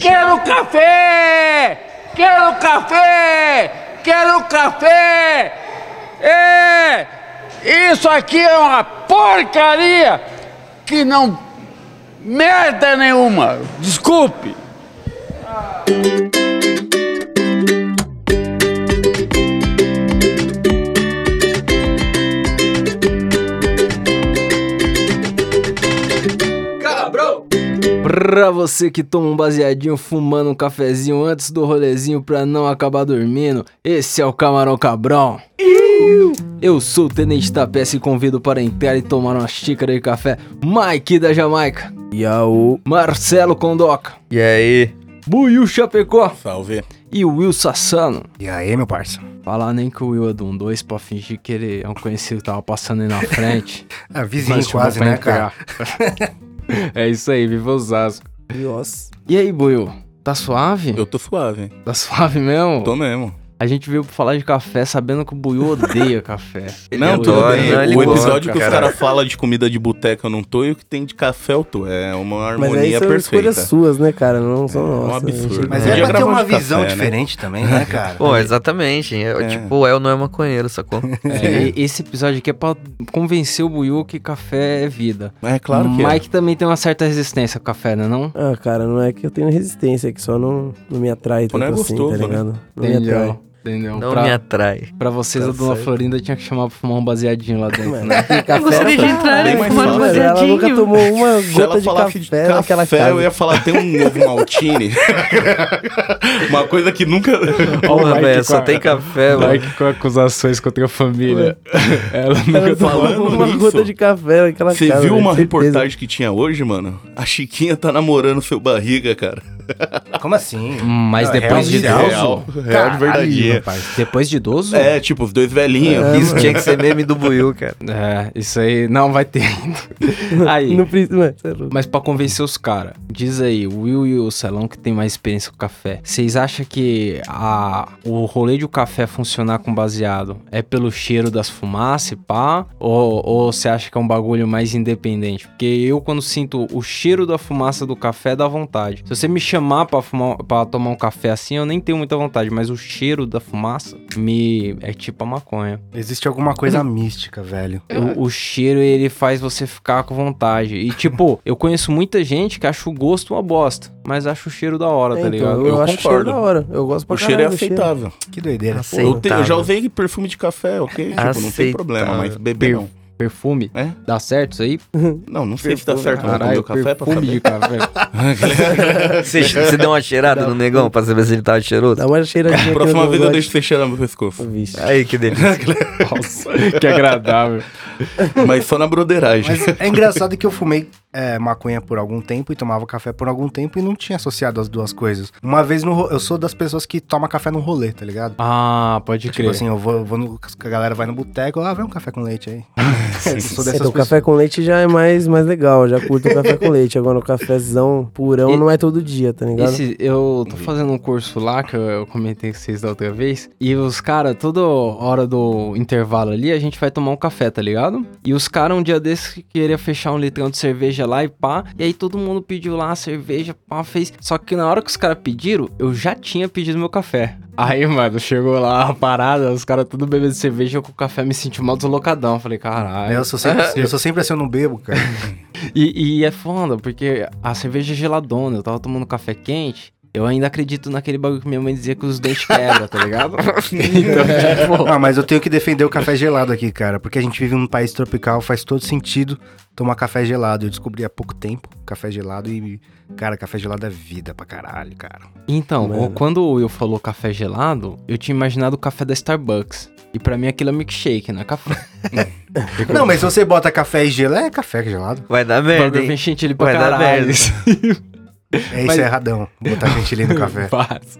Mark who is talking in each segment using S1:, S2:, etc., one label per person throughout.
S1: Quero café! Quero café! Quero café! É! Isso aqui é uma porcaria que não merda nenhuma. Desculpe.
S2: Pra você que toma um baseadinho fumando um cafezinho antes do rolezinho pra não acabar dormindo, esse é o Camarão Cabrão. Eu sou o Tenente Tapés e convido para entrar e tomar uma xícara de café Mike da Jamaica. Yaú. Marcelo Condoca.
S3: E aí?
S2: Buiu Chapecó.
S4: Salve.
S2: E Will Sassano.
S3: E aí, meu parça?
S2: Falar nem que o Will é de um 2 pra fingir que ele é um conhecido que tava passando aí na frente.
S3: Ah, vizinho
S2: Mas chegou
S3: quase,
S2: pra
S3: né, cara?
S2: entregar. é isso aí, viva Osasco.
S3: Nossa.
S2: E aí, Buiu? Tá suave?
S4: Eu tô suave, hein?
S2: Tá suave mesmo?
S4: Tô mesmo.
S2: A gente veio falar de café sabendo que o Buiu odeia café.
S4: não,
S2: odeia.
S4: tudo
S3: gosta,
S4: bem.
S2: né?
S3: não, ele
S4: o
S3: gosta,
S4: episódio que os
S3: cara.
S4: caras falam de comida de boteca eu não tô e o que tem de café eu tô. É uma
S5: Mas aí
S4: harmonia
S5: são
S4: perfeita.
S5: escolhas suas, né, cara? Não são
S4: um
S5: nossas. né?
S4: absurdo.
S5: gente.
S3: Mas
S4: Podia
S3: é pra ter
S4: gravar
S3: uma
S4: de café,
S3: visão
S4: né?
S3: diferente também, né, cara?
S6: Pô, exatamente. É, Tipo, o El não é maconheiro, sacou?
S2: É, e- esse episódio aqui é pra convencer o Buiu que café é vida.
S4: É claro que
S2: Mike também tem uma certa resistência ao café, né não?
S5: Ah, cara, não é que eu tenho resistência, é que só não, não me atrai
S4: Quando
S5: tanto
S4: é
S5: assim,
S4: gostoso,
S5: tá
S4: né?
S5: ligado? Não me atrai.
S2: Entendeu?
S6: Não
S2: pra,
S6: me atrai.
S2: pra vocês, a
S6: Tá
S2: Dona
S6: certo.
S2: Florinda tinha que chamar pra fumar um baseadinho lá dentro, né?
S5: Aquele café, ela-
S6: entrar
S4: Bem
S6: e
S4: mais
S6: fumar
S4: fácil.
S6: um
S5: Mano, ela
S6: baseadinho.
S5: nunca tomou uma
S4: Se ela
S5: gota de
S4: falasse
S5: café,
S4: de
S5: naquela
S4: café,
S5: casa.
S4: eu ia falar, tem um novo maltine. uma coisa que nunca...
S6: Porra, velho, só tem
S4: É,
S6: café, mano.
S2: com acusações contra a família. Ela nunca
S5: Ela tomou
S4: falando
S5: uma
S4: nisso.
S5: gota de café naquela
S4: Você
S5: casa.
S4: viu
S5: velho,
S4: uma
S5: certeza.
S4: reportagem que tinha hoje, mano? A Chiquinha tá namorando seu barriga, cara.
S3: Como assim?
S2: Mas
S3: Ah,
S2: depois de
S3: real,
S2: idoso.
S4: Real de
S2: Ih,
S4: verdade.
S2: rapaz, depois de idoso?
S4: É, tipo, os dois velhinhos.
S5: É,
S6: Isso tinha que ser meme do Buiu, cara.
S2: É, isso aí não vai ter ainda. Aí.
S5: Não precisa, mano, você é louco.
S2: Mas pra convencer os caras, diz aí, o Will e o Salão que tem mais experiência com café, vocês acham que a, o rolê de o café funcionar com baseado é pelo cheiro das fumaças, e pá? Ou ou você acha que é um bagulho mais independente? Porque eu, quando sinto o cheiro da fumaça do café, dá vontade. Se você me chamar pra, fumar, pra tomar um café assim, eu nem tenho muita vontade, mas o cheiro da fumaça me. é tipo a maconha.
S3: Existe alguma coisa mística, velho.
S2: O, o cheiro, ele faz você ficar com vontade. E, tipo, eu conheço muita gente que acha o gosto uma bosta, mas acha o cheiro da hora, tá
S5: É, então,
S2: ligado?
S5: eu,
S4: Eu
S5: acho cheiro
S4: concordo.
S5: da hora. Eu gosto pra
S4: O cheiro é
S5: caralho do
S4: aceitável.
S3: Que doideira.
S6: Aceita.
S4: Eu, te- eu já
S6: Aceitável.
S4: usei perfume de café, ok? Tipo, não tem
S6: Aceitável.
S4: problema, mas beber não.
S2: Perfume.
S4: É?
S2: Dá certo isso aí?
S4: Não, não sei se tá certo não comer
S2: Caralho,
S4: o café pra
S2: perfume de
S4: saber.
S2: café.
S6: Você, você deu uma cheirada no negão pra saber se ele tava cheiroso?
S5: Dá uma cheiradinha aqui no
S4: Próxima vez eu
S5: negócio.
S4: deixo você cheirar meu pescoço.
S5: Vixe.
S6: Aí, que delícia.
S2: Nossa, que agradável.
S4: Mas só na broderagem.
S3: Mas é engraçado que eu fumei é, maconha por algum tempo e tomava café por algum tempo e não tinha associado as duas coisas. Uma vez no ro- eu sou das pessoas que toma café no rolê, tá ligado?
S2: Ah, pode
S3: Tipo
S2: crer.
S3: assim, eu vou, eu vou no, a galera vai no boteco, ah, vem um café com leite aí. eu sou
S5: É,
S3: dessas
S5: Então,
S3: pessoas.
S5: café com leite já é mais, mais legal, já curto o café com leite. Agora, o cafezão purão
S2: E-
S5: não é todo dia, tá ligado?
S2: Esse- eu tô fazendo um curso lá, que eu, eu comentei com vocês da outra vez, e os caras, toda hora do intervalo ali, a gente vai tomar um café, tá ligado? E os caras, um dia desses, que queria fechar um litrão de cerveja lá e pá, e aí todo mundo pediu lá a cerveja, pá, fez. Só que na hora que os caras pediram, eu já tinha pedido meu café. Aí, mano, chegou lá a parada, os caras tudo bebendo cerveja, eu com o café me senti mal deslocadão. Falei, caralho.
S3: Eu sou sempre, eu sou sempre assim, eu não bebo, cara.
S2: E, e é foda, porque a cerveja é geladona, eu tava tomando café quente, eu ainda acredito naquele bagulho que minha mãe dizia que os dentes quebram, tá ligado? Então, tipo,
S3: Ah, mas eu tenho que defender o café gelado aqui, cara, porque a gente vive num país tropical, faz todo sentido tomar café gelado. Eu descobri há pouco tempo café gelado e, cara, café gelado é vida pra caralho, cara.
S2: então
S5: Mano.
S2: quando o Will falou café gelado, eu tinha imaginado o café da Starbucks. E pra mim aquilo é milkshake, não é café.
S3: Não, mas se você bota café e gelo, é café gelado.
S6: Vai dar
S2: O
S6: merda,
S2: bagulho
S6: hein?
S2: vem chantilly pra
S6: Vai dar
S2: caralho.
S6: merda.
S3: É isso
S2: Mas-
S3: é erradão, botar gentilha no café.
S2: Faz.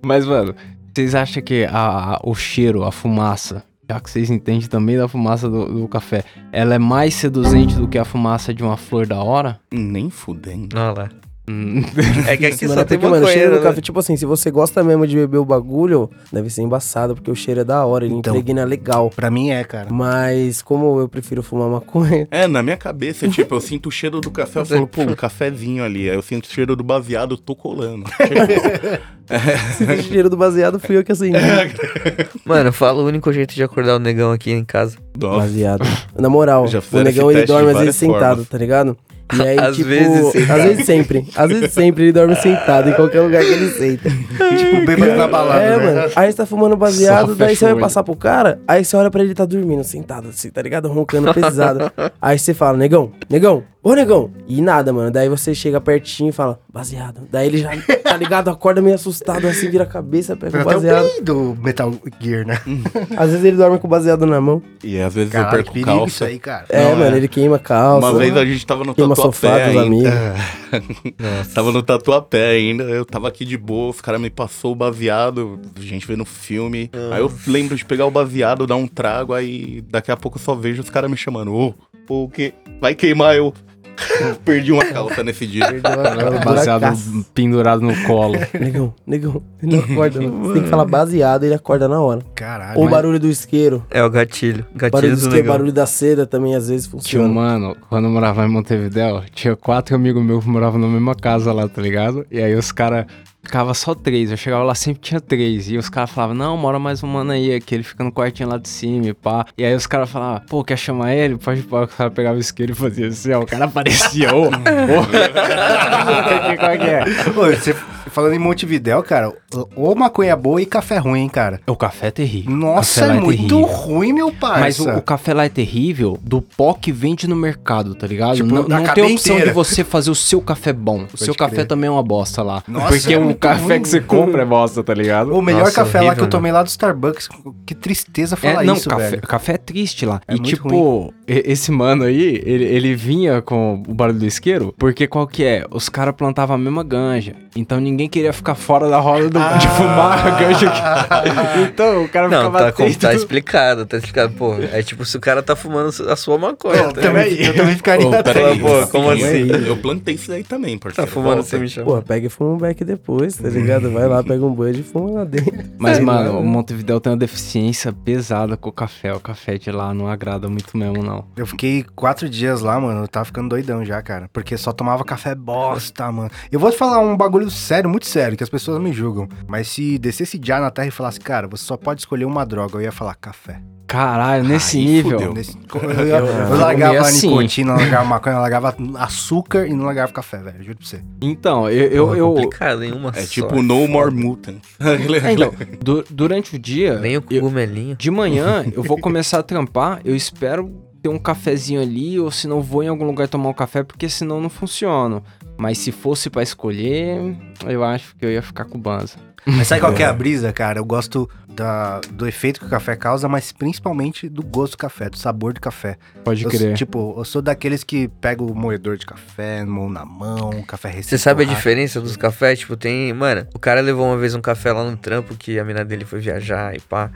S2: Mas, mano, vocês acham que a- a- o cheiro, a fumaça, já que vocês entendem também da fumaça do, do café, ela é mais seduzente do que a fumaça de uma flor da hora?
S4: Nem fudendo.
S6: Olha lá.
S4: Hum.
S6: É que aqui
S5: Mano,
S6: só
S5: é
S6: tem
S5: porque, mano, o cheiro
S6: maconheiro,
S5: do
S6: né?
S5: café, tipo assim, se você gosta mesmo de beber o bagulho, deve ser embaçado, porque o cheiro é da hora, ele
S3: Então.
S5: impregna legal.
S3: Pra mim é, cara.
S5: Mas como eu prefiro fumar maconha,
S4: É, na minha cabeça, tipo, eu sinto o cheiro do café, eu falo, pô, um cafezinho ali. Aí eu sinto o cheiro do baseado, eu tô colando.
S5: esse cheiro do baseado fui eu que acendi.
S6: Mano, fala o único jeito de acordar o negão aqui em casa.
S4: Nossa.
S5: Baseado. Na moral,
S4: Já
S5: o
S4: fizeram
S5: negão
S4: esse
S5: ele
S4: teste
S5: dorme
S4: de
S5: às vezes
S4: várias
S5: sentado,
S4: formas.
S5: tá ligado? E aí,
S6: Às
S5: tipo,
S6: vezes sentado.
S5: às vezes sempre, às vezes sempre ele dorme sentado em qualquer lugar que ele senta.
S3: tipo, bêbado na balada,
S5: É,
S3: né?
S5: mano. Aí você tá fumando baseado,
S4: Só
S5: daí
S4: fecha
S5: você
S4: o
S5: vai
S4: olho.
S5: passar pro cara, aí você olha pra ele tá dormindo, sentado assim, tá ligado? Roncando pesado. aí você fala, negão, negão, ô negão. E nada, mano. Daí você chega pertinho e fala, baseado. Daí ele já, tá ligado? Acorda meio assustado, assim, vira a cabeça, pega
S3: Mas
S5: o
S3: até o
S5: baseado.
S3: play do Metal Gear, né?
S5: Às vezes ele dorme com o baseado na mão.
S4: E às vezes
S3: Caralho, que
S4: eu perco
S3: perigo
S4: calça.
S3: isso aí, cara.
S5: É,
S4: Não,
S5: mano,
S4: é.
S5: ele queima calça.
S4: Uma vez a gente tava no
S5: Queima sofá
S4: tatuapé
S5: dos
S4: ainda.
S5: amigos.
S4: tava no tatuapé ainda. Eu tava aqui de boa, os caras me passou o baseado, a gente vendo filme. Aí eu lembro de pegar o baseado, dar um trago, aí daqui a pouco eu só vejo os caras me chamando. Ô, ô, o quê? Vai queimar eu. Perdi uma calça nesse dia.
S1: Baseado
S5: Buracaço.
S1: pendurado no colo.
S5: Negão, negão, ele não acorda. mano. Você tem que falar baseado, ele acorda na hora.
S3: Caralho.
S5: Ou o
S3: mas-
S5: barulho do isqueiro.
S6: É o gatilho.
S5: Barulho
S6: Gatilho
S5: do
S6: do
S5: isqueiro,
S6: negão.
S5: barulho da seda também às vezes
S1: Tinha
S5: funciona.
S1: um mano, quando eu morava em Montevidéu, tinha quatro amigos meus que moravam na mesma casa lá, tá ligado? E aí os caras ficava só três. Eu chegava lá, sempre tinha três. E os caras falavam, não, mora mais um mano aí, que ele fica no quartinho lá de cima e pá. E aí os caras falavam, pô, quer chamar ele? Pode ir pá. O cara pegava o isqueiro e fazia assim, ó. O cara aparecia, ô. ô. Qual que é?
S3: Ô, você falando em Montevidéu, cara, ou maconha boa e café ruim, hein, cara.
S1: O café é terrível.
S3: Nossa,
S1: Café lá
S3: é
S1: é
S3: muito
S1: terrível.
S3: ruim, meu parça.
S1: Mas o, o café lá é terrível do pó que vende no mercado, tá ligado?
S3: Tipo,
S1: não não
S3: na
S1: tem
S3: cadeia
S1: opção
S3: inteira.
S1: de você fazer o seu café bom. O seu café
S3: crer.
S1: também é uma bosta lá.
S3: Nossa,
S1: porque
S3: é
S1: o
S3: muito
S1: café
S3: ruim.
S1: que você compra é bosta, tá ligado?
S3: O melhor
S1: Nossa,
S3: café lá que
S1: horrível, né?
S3: eu tomei lá do Starbucks. Que tristeza
S1: É,
S3: falar
S1: não,
S3: isso,
S1: café,
S3: velho.
S1: café é triste lá.
S3: É
S1: e
S3: muito
S1: tipo,
S3: ruim.
S1: e- esse mano aí, ele, ele vinha com o barulho do isqueiro, porque qual que é? Os caras plantavam a mesma ganja. Então ninguém queria ficar fora da roda do-
S3: Ah.
S1: de fumar a ganja. Que... Então o cara
S6: Não,
S1: ficava
S6: tá, com,
S1: atento.
S6: tá explicado, tá explicado. Pô, é tipo se o cara tá fumando su- a sua maconha.
S3: Eu
S6: tá
S4: é
S3: também,
S6: ligado?
S3: eu também ficaria
S4: Ô, peraí, é
S6: Pô, como assim?
S4: Eu plantei isso daí também,
S6: Tá
S4: parceiro.
S6: fumando
S4: Volta.
S6: sem me chamar.
S5: Pô, pega e fuma um beck depois, tá ligado? Vai lá, pega um bud e fuma lá dentro.
S1: Mas,
S6: né?
S5: Sei
S1: mano,
S5: lá.
S1: o Montevidéu tem uma deficiência pesada com o café. O café de lá não agrada muito mesmo, não.
S3: Eu fiquei quatro dias lá, mano. Eu tava ficando doidão já, cara. Porque só tomava café bosta, mano. Eu vou te falar um bagulho sério, muito sério, que as pessoas me julgam. Mas se descesse já na terra e falasse, cara, você só pode escolher uma droga, eu ia falar café.
S1: Caralho, nesse
S4: Aí
S1: nível.
S4: fudeu.
S3: Nesse- Eu, eu- eu
S1: comia
S3: largava
S1: assim.
S3: nicotina, largava maconha, largava açúcar e não largava café, velho. Juro pra você.
S1: Então, eu. eu, eu-
S6: Complicado, hein? Uma
S4: É
S6: só.
S4: tipo No More Mutant.
S1: É, então, du- durante o dia.
S6: Nem o
S1: eu-
S6: cogumelinho.
S1: de manhã, eu vou começar a trampar. Eu espero ter um cafezinho ali, ou se não, vou em algum lugar tomar um café, porque senão não funciona. Mas se fosse pra escolher, eu acho que eu ia ficar com o Banza.
S3: Mas sabe qual que é a brisa, cara? Eu gosto da- do efeito que o café causa, mas principalmente do gosto do café, do sabor do café.
S1: Pode
S3: Eu,
S1: crer.
S3: tipo, eu sou daqueles que pega o moedor de café, mão na mão, café recém.
S6: Você sabe a diferença dos cafés? Tipo, tem. Mano, o cara levou uma vez um café lá no trampo que a mina dele foi viajar e pá.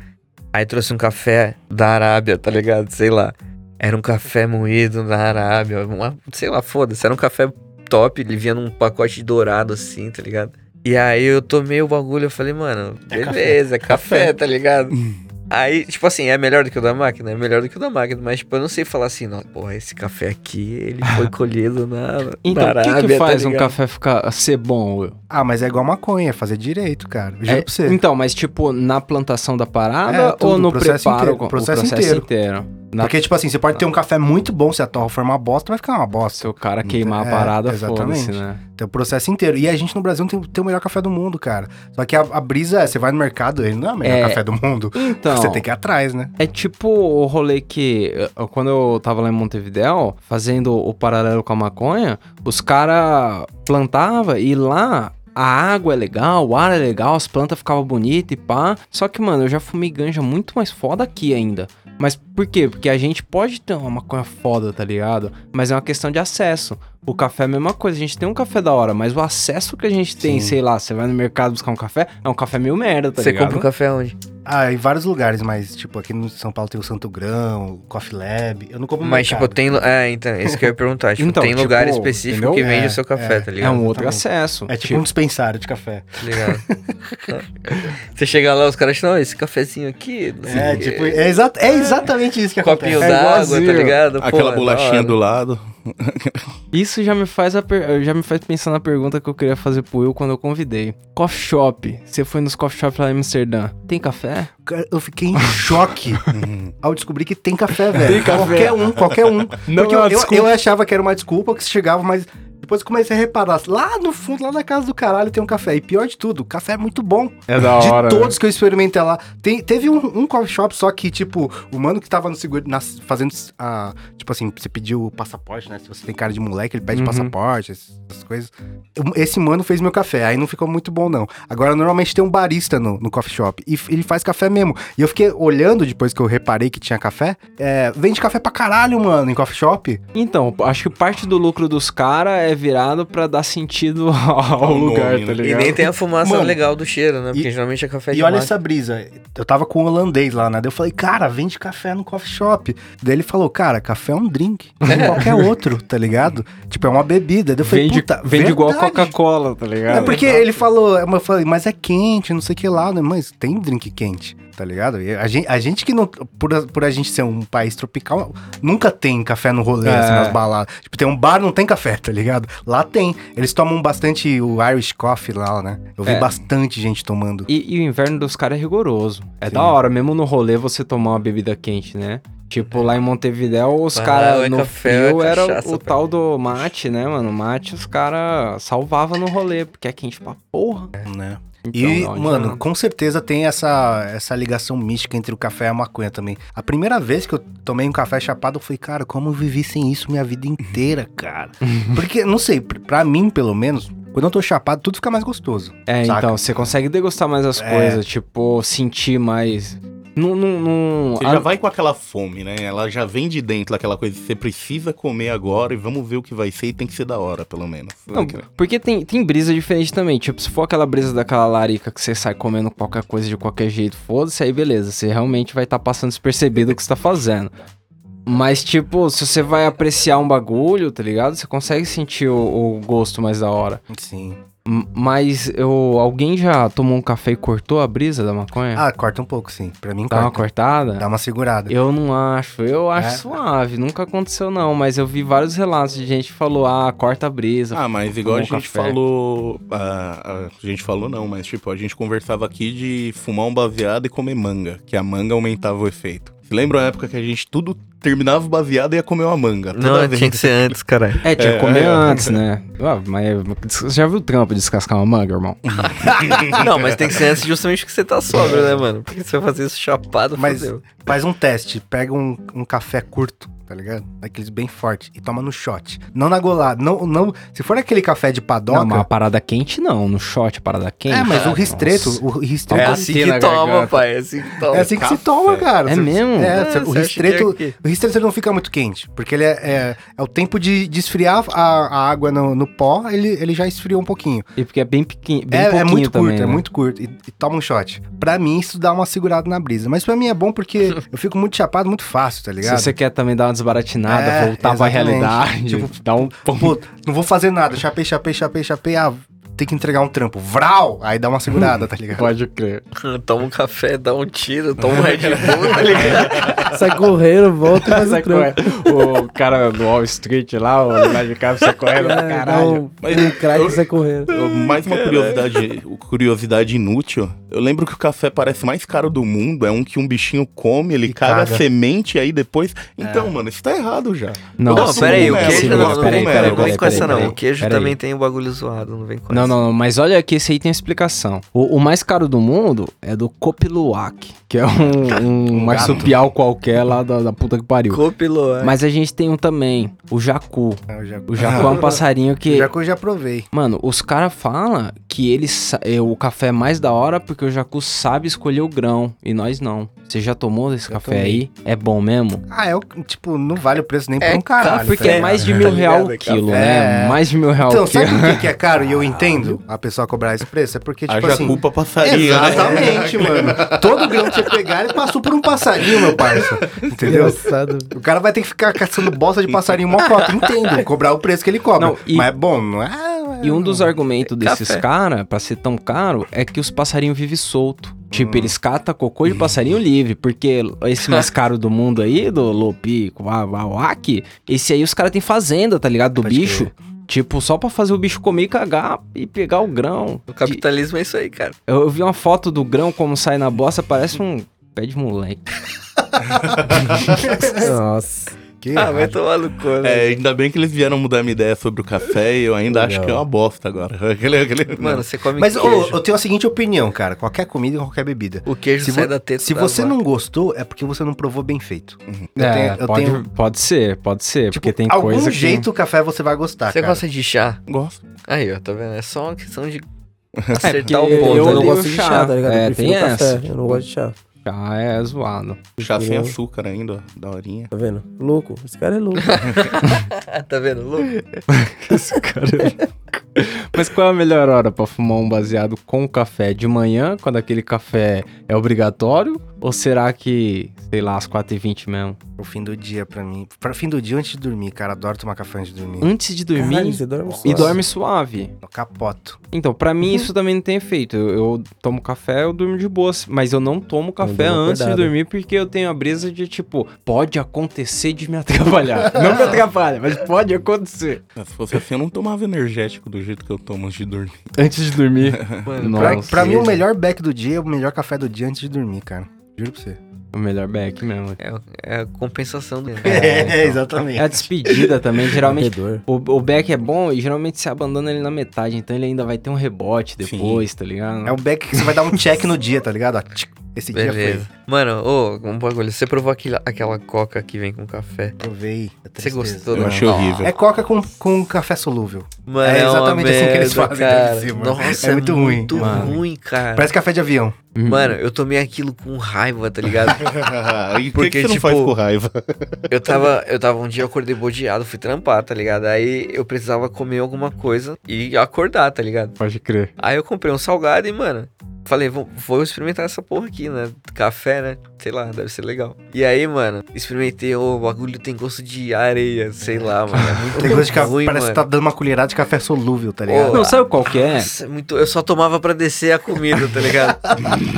S6: Aí trouxe um café da Arábia, tá ligado? Sei lá. Era um café moído da Arábia. uma- sei lá, foda-se. Era um café top. Ele vinha num pacote dourado assim, tá ligado? E aí eu tomei o bagulho. Eu falei, mano, beleza, é café, tá ligado?
S1: Hum.
S6: Aí, tipo assim, é melhor do que o da máquina? É melhor do que o da máquina, mas, tipo, eu não sei falar assim, não, porra, esse café aqui, ele foi colhido na. na
S1: Então, o que, que
S6: Arábia, tá
S1: faz um
S6: ligado?
S1: café ficar ser bom, Will?
S3: Ah, mas é igual maconha, é fazer direito, cara. Eu Juro
S1: É,
S3: pra você.
S1: Então, mas tipo, na plantação da parada
S3: É, tudo,
S1: ou no
S3: o processo
S1: preparo?
S3: inteiro,
S1: o
S3: processo
S1: inteiro.
S3: inteiro.
S1: Na-
S3: Porque, tipo assim, você pode ter um café muito bom, se a torra for uma bosta, vai ficar uma bosta.
S1: Se o cara queimar a
S3: É,
S1: parada,
S3: exatamente.
S1: foda-se, né?
S3: Tem o processo inteiro. E a gente no Brasil não tem, tem o melhor café do mundo, cara. Só que a, a brisa é, você vai no mercado, ele não é o melhor
S1: É.
S3: café do mundo.
S1: Então,
S3: Você tem que ir atrás, né?
S1: é tipo o rolê que... eh, Quando eu tava lá em Montevidéu, fazendo o paralelo com a maconha, os caras plantavam e lá... A água é legal, o ar é legal, as plantas ficavam bonitas e pá. Só que, mano, eu já fumei ganja muito mais foda aqui ainda. Mas por quê? Porque a gente pode ter uma maconha foda, tá ligado? Mas é uma questão de acesso. O café é a mesma coisa, a gente tem um café da hora, mas o acesso que a gente tem, sei lá, você vai no mercado buscar um café, é um café meio merda, tá
S6: Você
S1: ligado?
S6: compra o café onde?
S3: Ah, em vários lugares, mas, tipo, aqui no São Paulo tem o Santo Grão, o Coffee Lab. Eu não compro no
S6: Mas, tipo,
S3: mercado.
S6: tem. lu- É, então, isso que eu ia perguntar. Tipo,
S2: Então,
S6: tem
S2: tipo,
S6: lugar específico
S2: entendeu?
S6: que vende
S3: É,
S6: o seu café,
S3: é.
S6: tá
S2: É
S6: ligado?
S2: um outro
S3: Exatamente.
S2: acesso.
S3: É tipo um dispensário de café.
S6: Tá ligado? Você chega lá, os caras, não, esse cafezinho aqui. não sei
S3: É,
S6: o quê.
S3: tipo, é, exa- é exatamente isso que acontece.
S6: Copinho
S2: É
S6: d'água,
S2: igualzinho.
S6: tá ligado? Pô,
S4: Aquela
S6: é da
S4: bolachinha
S6: hora.
S4: do lado.
S2: Isso já me faz a per- já me faz pensar na pergunta que eu queria fazer pro Will quando eu convidei. Coffee shop. Você foi nos coffee shops lá em Amsterdã. Tem café?
S3: Cara, É, Eu fiquei em choque ao descobrir que tem café, velho. Qualquer um, qualquer um.
S2: Não
S3: Porque
S2: é uma
S3: eu, eu,
S2: desculpa.
S3: eu achava que era uma desculpa, que chegava, mas depois eu comecei a reparar. Lá no fundo, lá na casa do caralho, tem um café. E pior de tudo, o café é muito bom.
S2: É da
S3: de todos que eu experimentei lá. Tem, teve um, um coffee shop só que, tipo, o mano que tava no seguro, nas- fazendo. a- tipo assim, você pediu o passaporte, né? Se você tem cara de moleque, ele pede
S2: Uhum.
S3: passaporte, essas essas coisas. Eu- Esse mano fez meu café, aí não ficou muito bom, não. Agora, normalmente tem um barista no, no coffee shop e f- ele faz café mesmo. E eu fiquei olhando depois que eu reparei que tinha café. É, vende café pra caralho, mano, em coffee shop.
S2: Então, acho que parte do lucro dos caras é virado pra dar sentido ao
S4: Ao
S2: lugar,
S4: nome,
S2: tá
S4: né?
S6: E
S2: ligado?
S6: nem tem a fumaça
S3: Mano,
S6: legal do cheiro, né? Porque
S3: e-
S6: geralmente é café de
S3: E olha
S6: mata.
S3: essa brisa. Eu tava com o holandês lá, né? Daí eu falei, cara, vende café no coffee shop. Daí ele falou, cara, café é um drink. Como qualquer outro, tá ligado? Tipo, é uma bebida. Daí eu falei,
S2: Vende,
S3: puta,
S2: vende igual
S3: verdade."
S2: Coca-Cola, tá ligado?
S3: É porque ele falou, eu falei, mas é quente, não sei o que lá, né? Mas tem drink quente, tá ligado? E a gente, a gente que não. Por a, por a gente ser um país tropical, nunca tem café no rolê, assim,
S2: É.
S3: nas baladas. Tipo, tem um bar, não tem café, tá ligado? Lá tem. Eles tomam bastante o Irish coffee lá, né? Eu vi
S2: É.
S3: bastante gente tomando.
S2: E, e o inverno dos caras é rigoroso. É da hora, mesmo no rolê, você tomar uma bebida quente, né? Tipo, lá em Montevidéu, os
S6: Lá
S2: caras
S6: é
S2: no
S6: café, é
S2: frio era o-
S6: cachaça,
S2: o
S6: pô.
S2: tal do mate, né, mano? Mate os caras salvavam no rolê, porque é quente pra porra.
S3: né?
S2: Então,
S3: E,
S2: não, então
S3: mano,
S2: não.
S3: com certeza tem essa, essa ligação mística entre o café e a maconha também. A primeira vez que eu tomei um café chapado, eu falei, cara, como eu vivi sem isso minha vida inteira, cara? Porque, não sei, pr- pra mim, pelo menos, quando eu tô chapado, tudo fica mais gostoso.
S2: É,
S3: saca?
S2: então, você consegue degustar mais as
S3: É.
S2: coisas, tipo, sentir mais. Não. não, não-
S4: Você
S2: a-
S4: já vai com aquela fome, né? Ela já vem de dentro aquela coisa. Você precisa comer agora e vamos ver o que vai ser. E tem que ser da hora, pelo menos.
S2: Não, porque tem, tem brisa diferente também. Tipo, se for aquela brisa daquela larica que você sai comendo qualquer coisa de qualquer jeito, foda-se, aí beleza. Você realmente vai estar passando despercebido o que você tá fazendo. Mas, tipo, se você vai apreciar um bagulho, tá ligado? Você consegue sentir o, o gosto mais da hora.
S3: Sim.
S2: M- Mas eu, alguém já tomou um café e cortou a brisa da maconha?
S3: Ah, corta um pouco, sim. Pra mim,
S2: Dá uma
S3: corta.
S2: cortada?
S3: Dá uma segurada.
S2: Eu não acho, eu acho
S3: É?
S2: suave, nunca aconteceu não, mas eu vi vários relatos de gente que falou, ah, corta a brisa.
S4: Ah, mas igual a
S2: tomar um
S4: gente
S2: café.
S4: falou. A, a gente falou não, mas tipo, a gente conversava aqui de fumar um baseado e comer manga, que a manga aumentava o efeito. Você lembra a época que a gente tudo terminava o baseado e ia comer uma manga? Toda
S6: Não,
S4: vez.
S6: tinha que ser antes, cara.
S2: É, tinha que
S4: É,
S2: comer
S4: é.
S2: antes, né? Ah, mas você já viu o trampo de descascar uma manga, irmão?
S6: Não, mas tem que ser antes justamente porque você tá sóbrio, né, mano? Porque você vai fazer isso chapado,
S3: Mas
S6: fodeu.
S3: faz um teste, pega um, um café curto, tá ligado? Daqueles bem forte e toma no shot. Não na golada, não, não, se for aquele café de padoca,
S2: Não, mas a parada quente não, no shot a parada quente.
S3: é, mas o
S2: Nossa.
S3: ristreto, o
S6: É
S3: ristreto
S2: bater
S6: assim que
S2: na
S6: toma,
S2: garganta.
S6: pai. É assim que toma.
S3: É assim que se
S4: café.
S3: toma, cara.
S2: É
S3: Você-
S2: mesmo?
S3: É,
S6: É,
S3: você- o
S6: você acha que é
S3: ristreto,
S6: aqui.
S3: o ristreto ele não fica muito quente, porque ele é, é, é o tempo de, de esfriar a, a água no, no pó, ele, ele já esfriou um pouquinho.
S2: E porque é bem pequeno, bem
S3: é,
S2: pouquinho
S3: é muito
S2: também,
S3: curto, é
S2: né?
S3: muito curto. E, e toma um shot. Pra mim, isso dá uma segurada na brisa. Mas pra mim é bom porque eu fico muito chapado muito fácil, tá
S2: Se
S3: ligado?
S2: você quer também dar uma desbaratinada,
S3: É,
S2: voltar pra
S3: exatamente.
S2: realidade,
S3: Tipo,
S2: dar um...
S3: Pô, não vou fazer nada, chapei, chapei, chapei, chapei, ah, tem que entregar um trampo. Vral! Aí dá uma segurada, tá ligado?
S2: Pode crer.
S6: Toma um café, dá um tiro, toma um Red Bull, tá ligado?
S5: Sai correndo, volta e faz o
S2: Sabe qual é?
S5: trampo.
S2: O cara do Wall Street lá, o lugar de carro, você correndo pra
S5: É, dá
S2: caralho.
S5: um,
S4: Mas
S5: um crack
S4: eu-
S5: e sai correndo.
S4: Mais uma curiosidade, curiosidade inútil. Eu lembro que o café parece mais caro do mundo. É um que um bichinho come, ele
S3: E
S4: caga,
S3: caga.
S4: a semente aí depois. Então, mano, isso tá errado já.
S2: Não,
S4: Eu
S6: Não,
S4: gosto
S2: sim,
S6: pera aí, o
S4: muito,
S2: sim,
S6: queijo
S4: sim,
S2: não,
S6: não,
S4: gosto
S6: não,
S2: pera aí,
S4: muito,
S2: pera aí,
S4: eu
S6: não
S2: pera
S6: vem
S2: aí,
S6: com essa
S2: pera aí,
S6: não. O queijo
S2: pera aí.
S6: também tem o bagulho zoado, não vem com
S2: Não,
S6: essa.
S2: não, não, mas olha aqui, esse aí tem explicação. O, o mais caro do mundo é do Copiluac, que é um, um marsupial qualquer lá da, da puta que pariu.
S6: Copiloar.
S2: Mas a gente tem um também, o Jacu.
S3: Ah, eu já,
S2: O Jacu é um passarinho que.
S3: já que eu já provei.
S2: Mano, os caras falam que ele sa- é, o café é mais da hora porque o Jacu sabe escolher o grão e nós não. Você já tomou esse café
S3: tomei.
S2: aí? É bom mesmo?
S3: Ah, é o, tipo, não vale o preço nem
S6: É
S3: pra um caralho.
S2: Porque
S3: tá
S2: é mais de
S3: ligado?
S2: mil real
S6: ligado?
S2: o quilo,
S3: Café
S2: né?
S3: é-
S2: Mais de mil real
S3: Então,
S2: o quilo.
S3: sabe por que, que é caro? E eu entendo entendo a pessoa cobrar esse preço. É porque, tipo
S4: Haja
S3: assim.
S4: culpa passaria, né?
S3: Exatamente, mano. Todo grão que você pegar, ele passou por um passarinho, meu parça. Entendeu?
S2: Engraçado.
S3: O cara vai ter que ficar caçando bosta de passarinho mó cota. Entendo. Cobrar o preço que ele cobra.
S2: Não, e-
S3: Mas, bom, não é.
S2: E um dos argumentos desses
S6: Café.
S2: caras, pra ser tão caro, é que os passarinhos vivem solto. Tipo,
S3: Hum.
S2: eles catam cocô de
S3: Uhum.
S2: passarinho livre, porque esse mais caro do mundo aí, do Lopi, Wawaki, esse aí os caras têm fazenda, tá ligado? Do
S3: Pode
S2: bicho. Tipo, só pra fazer o bicho comer e cagar e pegar o grão.
S6: O capitalismo é isso aí, cara.
S2: Eu, eu vi uma foto do grão como sai na bosta, parece um pé de moleque.
S5: Nossa.
S3: Que
S6: Ah, vai
S3: errado.
S6: tomar no cu, né?
S4: É, ainda bem que eles vieram mudar minha ideia sobre o café e eu ainda acho que é uma bosta agora. Aquele- aquele-
S6: Mano, você come
S3: Mas ô,
S6: queijo.
S3: eu tenho a seguinte opinião, cara. Qualquer comida e qualquer bebida.
S6: o queijo
S3: Se
S6: sai
S3: vo-
S6: da teta.
S3: Se
S6: da
S3: você
S6: vaca.
S3: não gostou, é porque você não provou bem feito.
S6: Uhum.
S3: Eu tenho-
S2: É,
S3: eu
S2: pode,
S3: tenho- tipo,
S2: pode ser, pode ser, porque tem
S3: algum
S2: coisa que...
S3: jeito o café você vai gostar,
S6: Você
S3: cara.
S6: gosta de chá?
S4: Gosto.
S6: Aí, ó, tá vendo? É só uma questão de
S2: É, porque
S6: acertar o
S2: eu
S6: ponto.
S5: Eu não
S2: odeio
S5: gosto de
S2: chá.
S5: chá, tá ligado?
S2: É,
S5: eu prefiro
S2: tem
S5: café.
S2: essa.
S5: Eu não gosto de chá.
S2: Ah, é zoado.
S4: Chá sem
S5: Eu-
S4: açúcar ainda, ó, da horinha.
S5: Tá vendo? Louco. Esse cara é louco.
S6: Ah, tá vendo? Louco.
S2: Esse cara é louco. Mas qual é a melhor hora pra fumar um baseado com café? De manhã, quando aquele café é obrigatório? Ou será que, sei lá, às 4h20 mesmo?
S3: O fim do dia pra mim. Pra fim do dia antes de dormir, cara. Adoro tomar café antes de dormir.
S2: Antes de dormir
S5: Caralho, você dorme
S2: e
S5: suave.
S2: dorme suave.
S3: Eu capoto.
S2: Então, pra mim isso também não tem efeito. Eu, eu tomo café, eu durmo de boas, mas eu não tomo café
S5: durmo
S2: antes
S5: acordado.
S2: de dormir porque eu tenho a brisa de tipo, pode acontecer de me atrapalhar. não me atrapalha, mas pode acontecer.
S4: Se fosse assim, eu não tomava energético do jeito que eu tomo antes de dormir.
S2: Antes de dormir.
S6: Mano,
S3: Pra,
S2: Nossa.
S3: pra mim, o melhor back do dia é o melhor café do dia antes de dormir, cara. Juro pra você.
S2: O melhor back mesmo.
S6: é, é a compensação do.
S3: É, então. exatamente.
S2: É a despedida também, geralmente
S5: Bebedor.
S2: O, o back é bom e geralmente você abandona ele na metade, então ele ainda vai ter um rebote depois, tá ligado?
S3: É o back que você vai dar um check no dia, tá ligado? Ó, tchic, Esse dia
S6: Beleza.
S3: foi.
S6: Mano, ô, um bagulho. Você provou aquela, aquela coca que vem com café.
S3: Provei. É
S6: Você
S3: tristeza.
S6: gostou
S4: Eu
S6: né?
S4: achei horrível.
S3: É coca com, com café solúvel.
S6: Mano,
S3: É
S6: é
S3: exatamente
S6: exatamente
S3: assim
S6: merda,
S3: que eles fazem,
S6: cara.
S3: deve ser, mano.
S6: Nossa,
S3: É
S6: é
S3: muito
S6: muito
S3: ruim,
S2: mano.
S6: ruim, cara.
S3: Parece café de avião.
S6: Mano, eu tomei aquilo com raiva, tá ligado?
S4: e por que,
S6: Porque,
S4: que você não
S6: tipo,
S4: faz com raiva?
S6: Eu tava, eu tava um dia, eu acordei bodeado, fui trampar, tá ligado? Aí eu precisava comer alguma coisa e acordar, tá ligado?
S2: Pode crer.
S6: Aí eu comprei um salgado e, mano, falei, vou, vou experimentar essa porra aqui, né? Café, né? Sei lá, deve ser legal. E aí, mano, experimentei, ô, o bagulho tem gosto de areia, sei lá, mano. É muito
S3: Tem gosto de café.
S6: ruim,
S3: Parece
S6: mano.
S3: que tá dando uma colherada de café solúvel, tá
S6: Ô,
S3: ligado?
S2: Não, sabe qual que é?
S6: Nossa, é muito, eu só tomava pra descer a comida, tá ligado?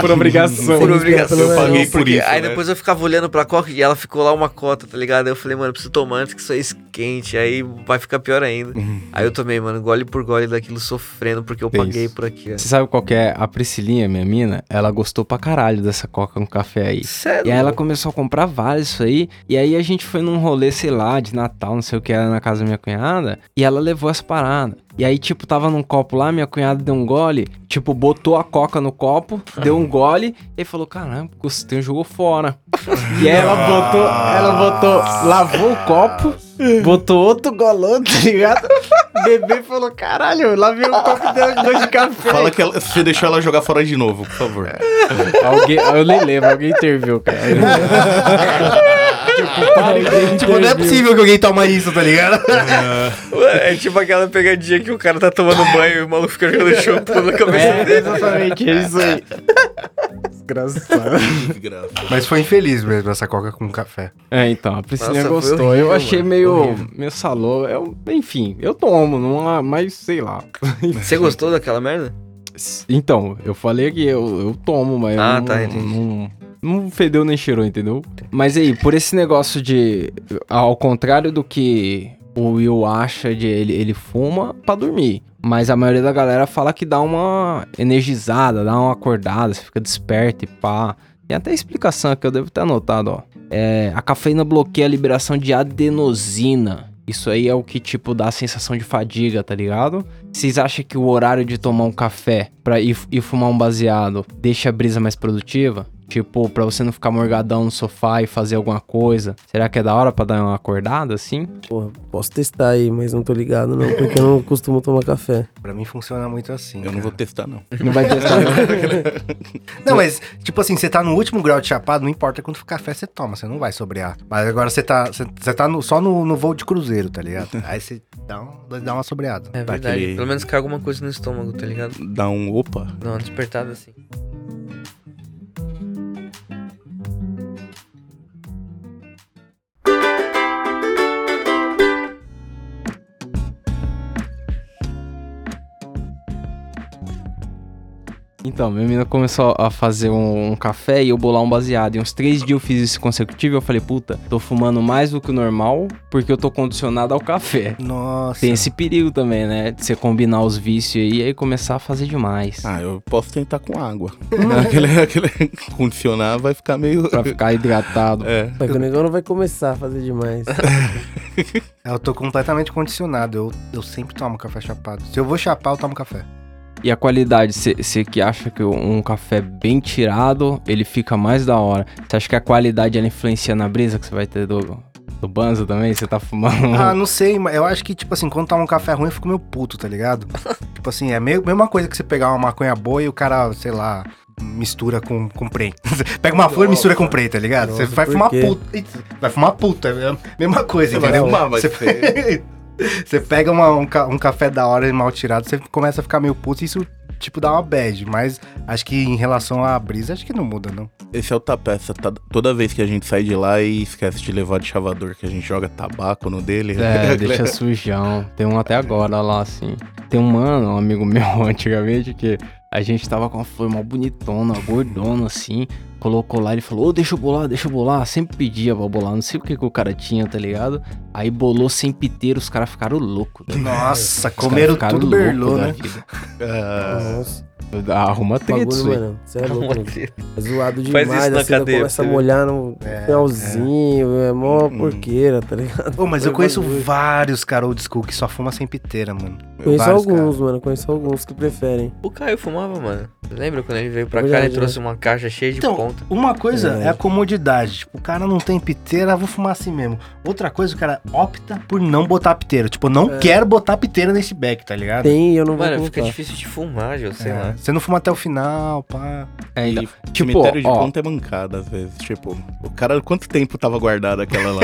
S2: Por obrigação.
S6: Por obrigação.
S4: Eu paguei por
S6: Porque
S4: isso,
S6: Aí
S4: né?
S6: depois eu ficava olhando pra coca e ela ficou lá uma cota, tá ligado? Eu falei, mano, eu preciso tomar antes que isso aí esquente. Aí vai ficar pior ainda.
S4: Uhum.
S6: aí eu tomei, mano, gole por gole daquilo sofrendo, porque eu
S2: Que
S6: paguei
S2: isso.
S6: por aqui.
S2: Você sabe qual que é? A Priscilinha, minha mina, ela gostou pra caralho dessa coca com café aí. E
S5: é
S6: Sério?
S2: aí ela começou a comprar vários isso aí. E aí a gente foi num rolê, sei lá, de Natal, não sei o que era, na casa da minha cunhada. E ela levou essa parada. E aí, tipo, tava num copo lá, minha cunhada deu um gole, tipo, botou a coca no copo, deu um gole e falou: caramba, gostei, jogou fora. e aí ela botou, ela botou, lavou o copo, botou outro golão, tá ligado? Bebê falou: caralho, lavei o copo dela de dois de café.
S4: Fala que ela, você deixou ela jogar fora de novo, por favor.
S2: Alguém, eu nem lembro, alguém interviu, cara. tipo, para e
S3: Tipo, não é possível que alguém toma isso, tá ligado?
S6: É tipo aquela pegadinha que o cara tá tomando banho e o maluco fica jogando shampoo na cabeça
S2: É, exatamente, é isso aí.
S4: Desgraça.
S3: Mas foi infeliz mesmo essa coca com café.
S2: É, então, a Priscilinha
S6: Nossa, foi
S2: gostou.
S6: horrível,
S2: eu achei
S6: mano,
S2: meio,
S6: horrível.
S2: meio salô. Eu, enfim, eu tomo, não há, mas sei lá.
S6: Você gostou daquela merda?
S2: Então, eu falei que eu, eu tomo, mas eu
S6: Ah,
S2: não,
S6: tá, entendi.
S2: não, não fedeu nem cheirou, entendeu? Mas aí, por esse negócio de... Ao contrário do que o Will acha de ele, ele fuma pra dormir. Mas a maioria da galera fala que dá uma energizada, dá uma acordada, você fica desperto e pá. Tem até explicação que eu devo ter anotado, ó. É, a cafeína bloqueia a liberação de adenosina. Isso aí é o que, tipo, dá a sensação de fadiga, tá ligado? Vocês acham que o horário de tomar um café pra ir, ir fumar um baseado deixa a brisa mais produtiva? Tipo, pra você não ficar morgadão no sofá e fazer alguma coisa. Será que é da hora pra dar uma acordada assim?
S5: Porra, posso testar aí, mas não tô ligado não, porque eu não costumo tomar café.
S3: Pra mim funciona muito assim.
S4: Eu não
S3: cara.
S2: É.
S4: vou testar, não.
S2: Não vai testar. né? não.
S3: Não, mas, tipo assim, você tá no último grau de chapado, não importa quanto café você toma, você não vai sobrear. Mas agora você tá, você, você tá no- só no, no voo de cruzeiro, tá ligado? Aí você dá, um, dá uma sobreada.
S6: É
S4: Tá
S6: verdade.
S4: aquele-
S6: Pelo menos cai alguma coisa no estômago, tá ligado?
S4: Dá um opa.
S6: Dá uma despertada assim.
S2: Então, minha menina começou a fazer um, um café e eu bolar um baseado. E uns três dias eu fiz isso consecutivo e eu falei, puta, tô fumando mais do que o normal porque eu tô condicionado ao café.
S3: Nossa.
S2: Tem esse perigo também, né? De você combinar os vícios aí e aí começar a fazer demais.
S4: Ah, eu posso tentar com água. aquele, aquele condicionar vai ficar meio.
S2: Pra ficar hidratado.
S4: É.
S5: Mas que o negão não vai começar a fazer demais.
S3: Eu tô completamente condicionado. Eu, eu sempre tomo café chapado. Se eu vou chapar, eu tomo café.
S2: E a qualidade, você que acha que um café bem tirado, ele fica mais da hora. Você acha que a qualidade ela influencia na brisa que você vai ter do, do banzo também? Você tá fumando. um-
S3: Ah, não sei, mas eu acho que, tipo assim, quando toma um café ruim, eu fico meio puto, tá ligado? tipo assim, é a mesma coisa que você pegar uma maconha boa e o cara, sei lá, mistura com, com prey. Você Pega uma flor e mistura com prey, tá ligado? você
S5: Nossa,
S3: vai
S5: por
S3: fumar
S5: quê?
S3: puta. Itz, Vai fumar puta, é a mesma coisa,
S4: Você vai
S3: entendeu?
S4: fumar, mas
S3: você... você pega uma- um, ca- um café da hora e mal tirado, você começa a ficar meio puto e isso, tipo, dá uma bad. Mas acho que em relação à brisa, acho que não muda, não.
S4: Esse é o tapeça. Tá, toda vez que a gente sai de lá e esquece de levar de chavador, que a gente joga tabaco no dele.
S2: É, deixa sujão. Tem um até agora lá, assim. Tem um mano, um amigo meu antigamente, que a gente tava com uma flor mó bonitona, gordona, assim. Colocou lá, ele falou, ô, deixa eu bolar, deixa eu bolar. Sempre pedia pra bolar, não sei o que que o cara tinha, tá ligado? Aí bolou sem piteiro, os caras ficaram loucos. né?
S3: Nossa,
S2: Os caras
S3: comeram
S2: ficaram
S3: tudo
S2: louco
S3: berlô,
S2: da
S3: né?
S2: vida. Ah.
S5: Nossa,
S2: Arruma treta
S5: bagulho,
S2: isso aí.
S5: mano. Você é louco, mano. É zoado
S6: Faz
S5: demais,
S6: isso na
S5: assim, ainda
S6: cadeia,
S5: começa a
S6: pra você ver.
S5: molhar no um finalzinho, é mó porqueira, tá ligado?
S3: Pô, mas
S5: Foi
S3: eu conheço
S5: bagulho.
S3: vários cara old school que só fuma sem piteira, mano.
S5: Conheço
S3: vários,
S5: alguns, mano, conheço alguns que preferem.
S6: O Caio fumava, mano. Lembra quando ele veio pra cá,
S5: Verdade,
S6: ele trouxe uma caixa cheia de
S3: Então,
S6: ponta.
S3: Uma coisa
S5: É.
S3: é a comodidade. Tipo, o cara não tem piteira, vou fumar assim mesmo. Outra coisa, o cara opta por não botar piteira. Tipo, eu não quero botar piteira nesse beck, tá ligado?
S5: É. Tem né? e eu não vou
S6: Mano,
S5: colocar.
S6: fica difícil de fumar, Jô, sei
S3: É,
S6: lá.
S3: Você não fuma até o final, pá.
S2: É, então,
S4: E
S2: tipo,
S4: cemitério de
S2: ó,
S4: ponta é mancada, às vezes. Tipo, o cara, quanto tempo tava guardada aquela lá?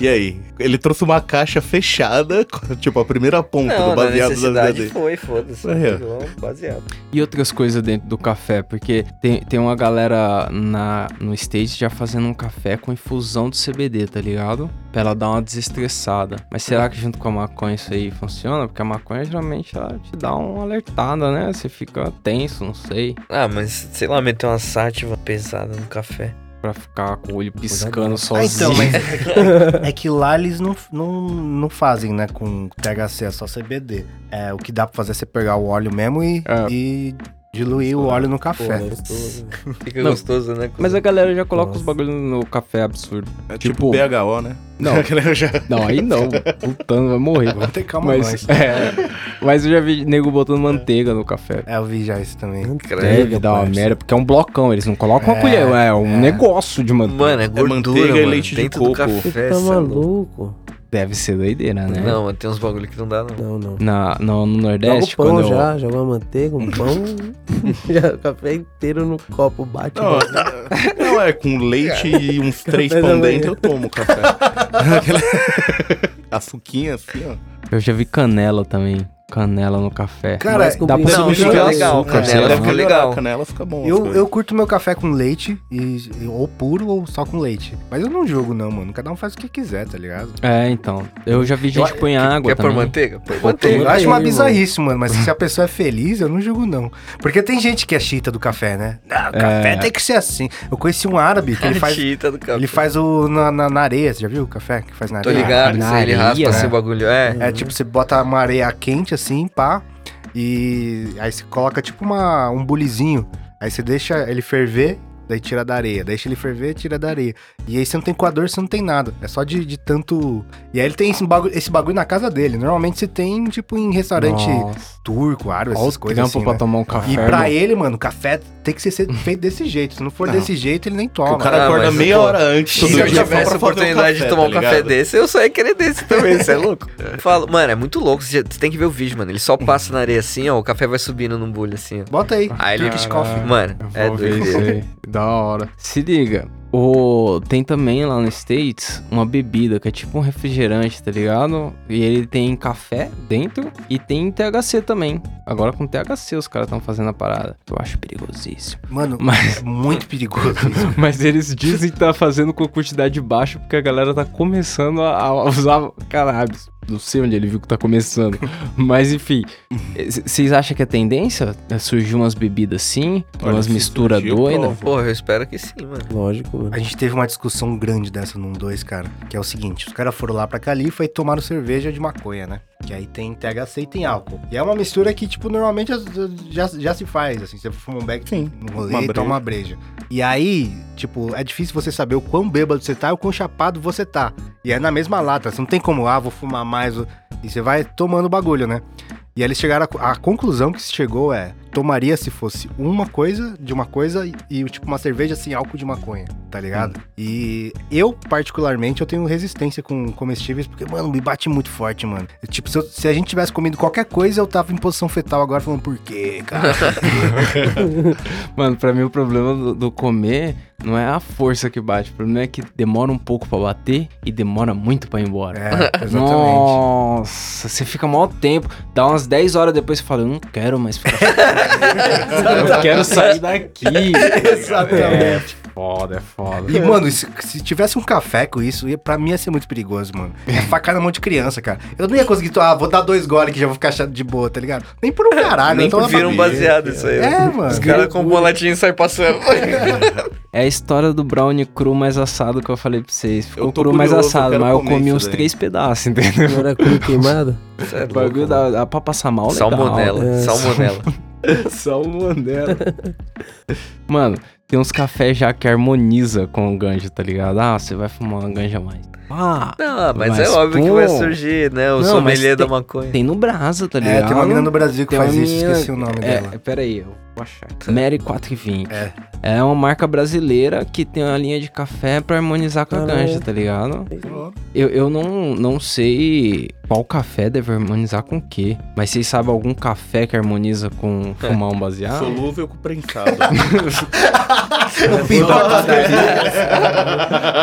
S4: e aí? Ele trouxe uma caixa fechada, com, tipo, a primeira ponta do
S6: Não, na
S4: baseado da vida
S6: necessidade
S4: dele.
S6: foi, foda-se.
S4: É.
S6: Pegou um Baseado.
S2: e outras coisas dentro do café, porque tem, tem uma galera na, no stage já fazendo um café com infusão de CBD, tá ligado? Pra ela dar uma desestressada. Mas será que junto com a maconha isso aí funciona? Porque a maconha geralmente ela tipo, te dá uma alertada, né? Você fica tenso, não sei.
S6: Ah, mas sei lá, meteu uma sátiva pesada no café.
S2: Pra ficar com o olho piscando
S3: Ah,
S2: sozinho.
S3: então, mas é que lá eles não, não, não fazem, né, com THC, é só CBD. É, o que dá pra fazer é você pegar o óleo mesmo e,
S2: É.
S3: e diluir o óleo no
S5: Pô,
S3: café.
S5: né, gostoso.
S6: Fica
S2: Não.
S6: gostoso, né?
S2: Mas a
S6: é...
S2: galera já coloca os
S5: Nossa.
S2: bagulhos no café absurdo.
S4: É
S2: Tipo-
S4: tipo, BHO, né?
S2: Não.
S4: Eu já-
S2: Não, aí não. Putando, vai morrer.
S3: Vamos ter calma
S2: Mas,
S3: mais.
S2: é, mas eu já vi nego botando manteiga no café.
S3: É, eu vi já isso também.
S2: É. Deve dar uma
S5: parça.
S2: merda, porque é um blocão, eles não colocam uma
S3: É,
S2: colher, é um
S3: é.
S2: negócio de manteiga.
S6: Mano, é gordura,
S4: manteiga e
S6: mano.
S4: leite de
S6: Dentro
S4: coco.
S6: do café, cê
S5: Você tá
S6: é louco.
S5: maluco?
S2: Deve ser doideira, né?
S6: Não, mas tem uns bagulho que não dá, não.
S5: Não, não.
S2: Na, no, no
S5: Joga
S2: Nordeste,
S5: o pão
S2: quando eu...
S5: já, joga uma manteiga, um pão. já, o café inteiro no copo, bate.
S4: Não,
S5: bate.
S4: não, é com leite e uns três
S5: Café da
S4: pão
S5: manhã.
S4: dentro eu tomo café. Aquela- a suquinha assim, ó.
S2: eu já vi canela também. Canela no café.
S3: Cara,
S5: Mas com
S2: dá pra
S5: brincadeira,
S6: substituir é
S5: fica
S6: o açúcar,
S5: cara.
S2: sei lá.
S6: Canela fica legal.
S4: Canela assim, fica bom. as
S3: Eu,
S4: coisas.
S3: eu curto meu café com leite, e, e- ou puro ou só com leite. Mas eu não julgo, não, mano. Cada um faz o que quiser, tá ligado?
S2: É, então. Eu já vi gente pôr em água
S6: Quer pôr
S2: também.
S6: manteiga? Põe
S2: Pô,
S6: manteiga.
S3: Eu acho
S5: tem,
S3: uma
S5: mano.
S3: bizarrice, mano. Mas se a pessoa é feliz, eu não julgo, não. Porque tem gente que é chita do café, né? Ah, o café tem que ser assim. Eu conheci um árabe que ele faz.
S6: Tita do café.
S3: ele faz o. Na, na, na areia, você já viu o café que faz na
S6: Tô
S3: areia?
S6: ligado, que
S2: na
S6: isso aí ele
S2: areia,
S6: raspa
S2: né?
S6: seu bagulho. É.
S3: É tipo, você bota uma areia quente assim, pá. E aí você coloca tipo uma, um bulizinho. Aí você deixa ele ferver, daí tira da areia. Deixa ele ferver, tira da areia. E aí você não tem coador, você não tem nada. É só de, de tanto. E aí ele tem esse bagulho, esse bagulho na casa dele. Normalmente você tem, tipo, em restaurante
S2: Nossa.
S3: turco, árabe,
S2: Olha o
S3: essas coisas.
S2: trampo
S3: Assim,
S2: pra
S3: né?
S2: tomar um café.
S3: E pra
S2: mano.
S3: ele, mano, o café tem que ser feito desse jeito. Se não for desse jeito, ele nem toma.
S4: O cara
S6: Ah,
S4: acorda
S6: mas,
S4: meia
S6: pô,
S4: hora antes
S6: Se
S4: dia só
S6: eu
S4: pra
S6: tivesse
S4: fazer
S6: a
S4: um
S6: oportunidade
S4: café,
S6: de tomar
S4: tá
S6: um café
S4: ligado?
S6: desse, eu só ia querer desse também, você é louco? Eu Falo, mano, é muito louco, você você tem que ver o vídeo, mano. Ele só passa na areia assim, ó, o café vai subindo num bulho assim, ó.
S3: Bota aí.
S6: Aí ele...
S3: Turkish coffee.
S2: Caraca.
S6: Mano,
S2: Eu
S6: é
S2: vou ver isso
S6: doideira.
S2: aí. Da hora. Se liga. O... Tem também lá nos States uma bebida que é tipo um refrigerante, tá ligado? E ele tem café dentro e tem THC também. Agora com THC Ah, os caras estão fazendo a parada. Eu acho perigosíssimo.
S3: Mano,
S2: Mas-
S3: é muito perigoso isso.
S2: Mas eles dizem que tá fazendo com quantidade baixa porque a galera tá começando a, a usar cannabis. Não sei onde ele viu que tá começando. Mas enfim, eh, c- vocês acham que é tendência? É Surgir umas bebidas assim,
S4: Olha,
S2: umas
S4: se
S2: misturas
S4: surgiu,
S2: doidas?
S4: prova.
S6: Porra, eu espero que sim, mano.
S5: Lógico, mano.
S3: A gente teve uma discussão grande dessa num 2, cara. Que é o seguinte: os caras foram lá pra Califa e tomaram cerveja de maconha, né? Que aí tem THC e tem álcool. E é uma mistura que, tipo, normalmente as- já, já se faz, assim. Você fuma um beck
S4: Sim.
S3: no rolê
S4: Uma
S3: e
S4: breja.
S3: toma uma breja. E aí, tipo, é difícil você saber o quão bêbado você tá e o quão chapado você tá. E é na mesma lata. Você não tem como, ah, vou fumar mais. E você vai tomando o bagulho, né? E aí eles chegaram. A, a conclusão que se chegou é: tomaria se fosse uma coisa de uma coisa e, e, tipo uma cerveja sem álcool de maconha, tá ligado? E eu, particularmente, eu tenho resistência com comestíveis, porque, mano, me bate muito forte, mano. Eu, tipo, se, eu- se a gente tivesse comido qualquer coisa, eu tava em posição fetal agora falando, por quê, cara?
S2: Mano, pra mim o problema do, do comer não é a força que bate. O problema é que demora um pouco pra bater e demora muito pra ir embora.
S3: é, exatamente.
S2: Nossa, você fica maior tempo. Dá umas 10 horas depois você fala, eu não quero mais ficar.
S1: Tá,
S2: eu quero sair daqui. É
S3: Exatamente.
S2: foda, é foda.
S3: E, mano, se, se tivesse um café com isso, ia, pra mim ia ser muito perigoso, mano. É facada na mão de criança, cara. Eu não ia conseguir, to- ah, vou dar dois goles que já vou ficar achado de boa, tá ligado? Nem por um caralho,
S6: Nem
S3: eu tava
S6: vira um
S3: pra-
S6: baseado isso aí.
S3: É, mano.
S6: Os caras com bolatinho e sai passando.
S2: É a história do brownie cru mais assado que eu falei pra vocês. Ficou
S4: Eu tô
S2: cru mais
S4: curioso, eu
S2: assado,
S4: quero
S2: mas eu
S4: comer
S2: comi
S4: isso
S2: uns
S4: daí.
S2: três pedaços, entendeu?
S5: Não era couro queimado?
S6: Isso é
S2: O
S6: louco,
S2: bagulho dá,
S6: mano.
S2: dá pra passar mal, legal.
S6: Salmonela,
S5: É,
S6: salmonela.
S2: Salmonela. Mano, tem uns cafés já que harmoniza com o ganja, tá ligado? Ah, você vai fumar uma ganja a mais. Ah,
S6: Não,
S2: Mas,
S6: mas, é óbvio que
S2: pô.
S6: vai surgir, né? O
S2: Não,
S6: sommelier
S2: mas
S6: da
S2: tem-
S6: maconha.
S2: tem no Brasa, tá
S3: É,
S2: ligado?
S3: tem uma mina no Brasil que
S2: Tem uma
S3: faz isso,
S2: menina-
S3: esqueci o nome
S2: É,
S3: dela.
S2: pera aí, eu vou achar. Mary 420.
S3: É.
S2: É uma marca brasileira que tem uma linha de café pra harmonizar com a
S5: Caralho.
S2: ganja, tá ligado? Eu, eu não, não sei qual café deve harmonizar com o quê. Mas vocês sabem algum café que harmoniza com fumar um baseado?
S4: Solúvel Ah. com prensado. né?
S3: O pior da padaria.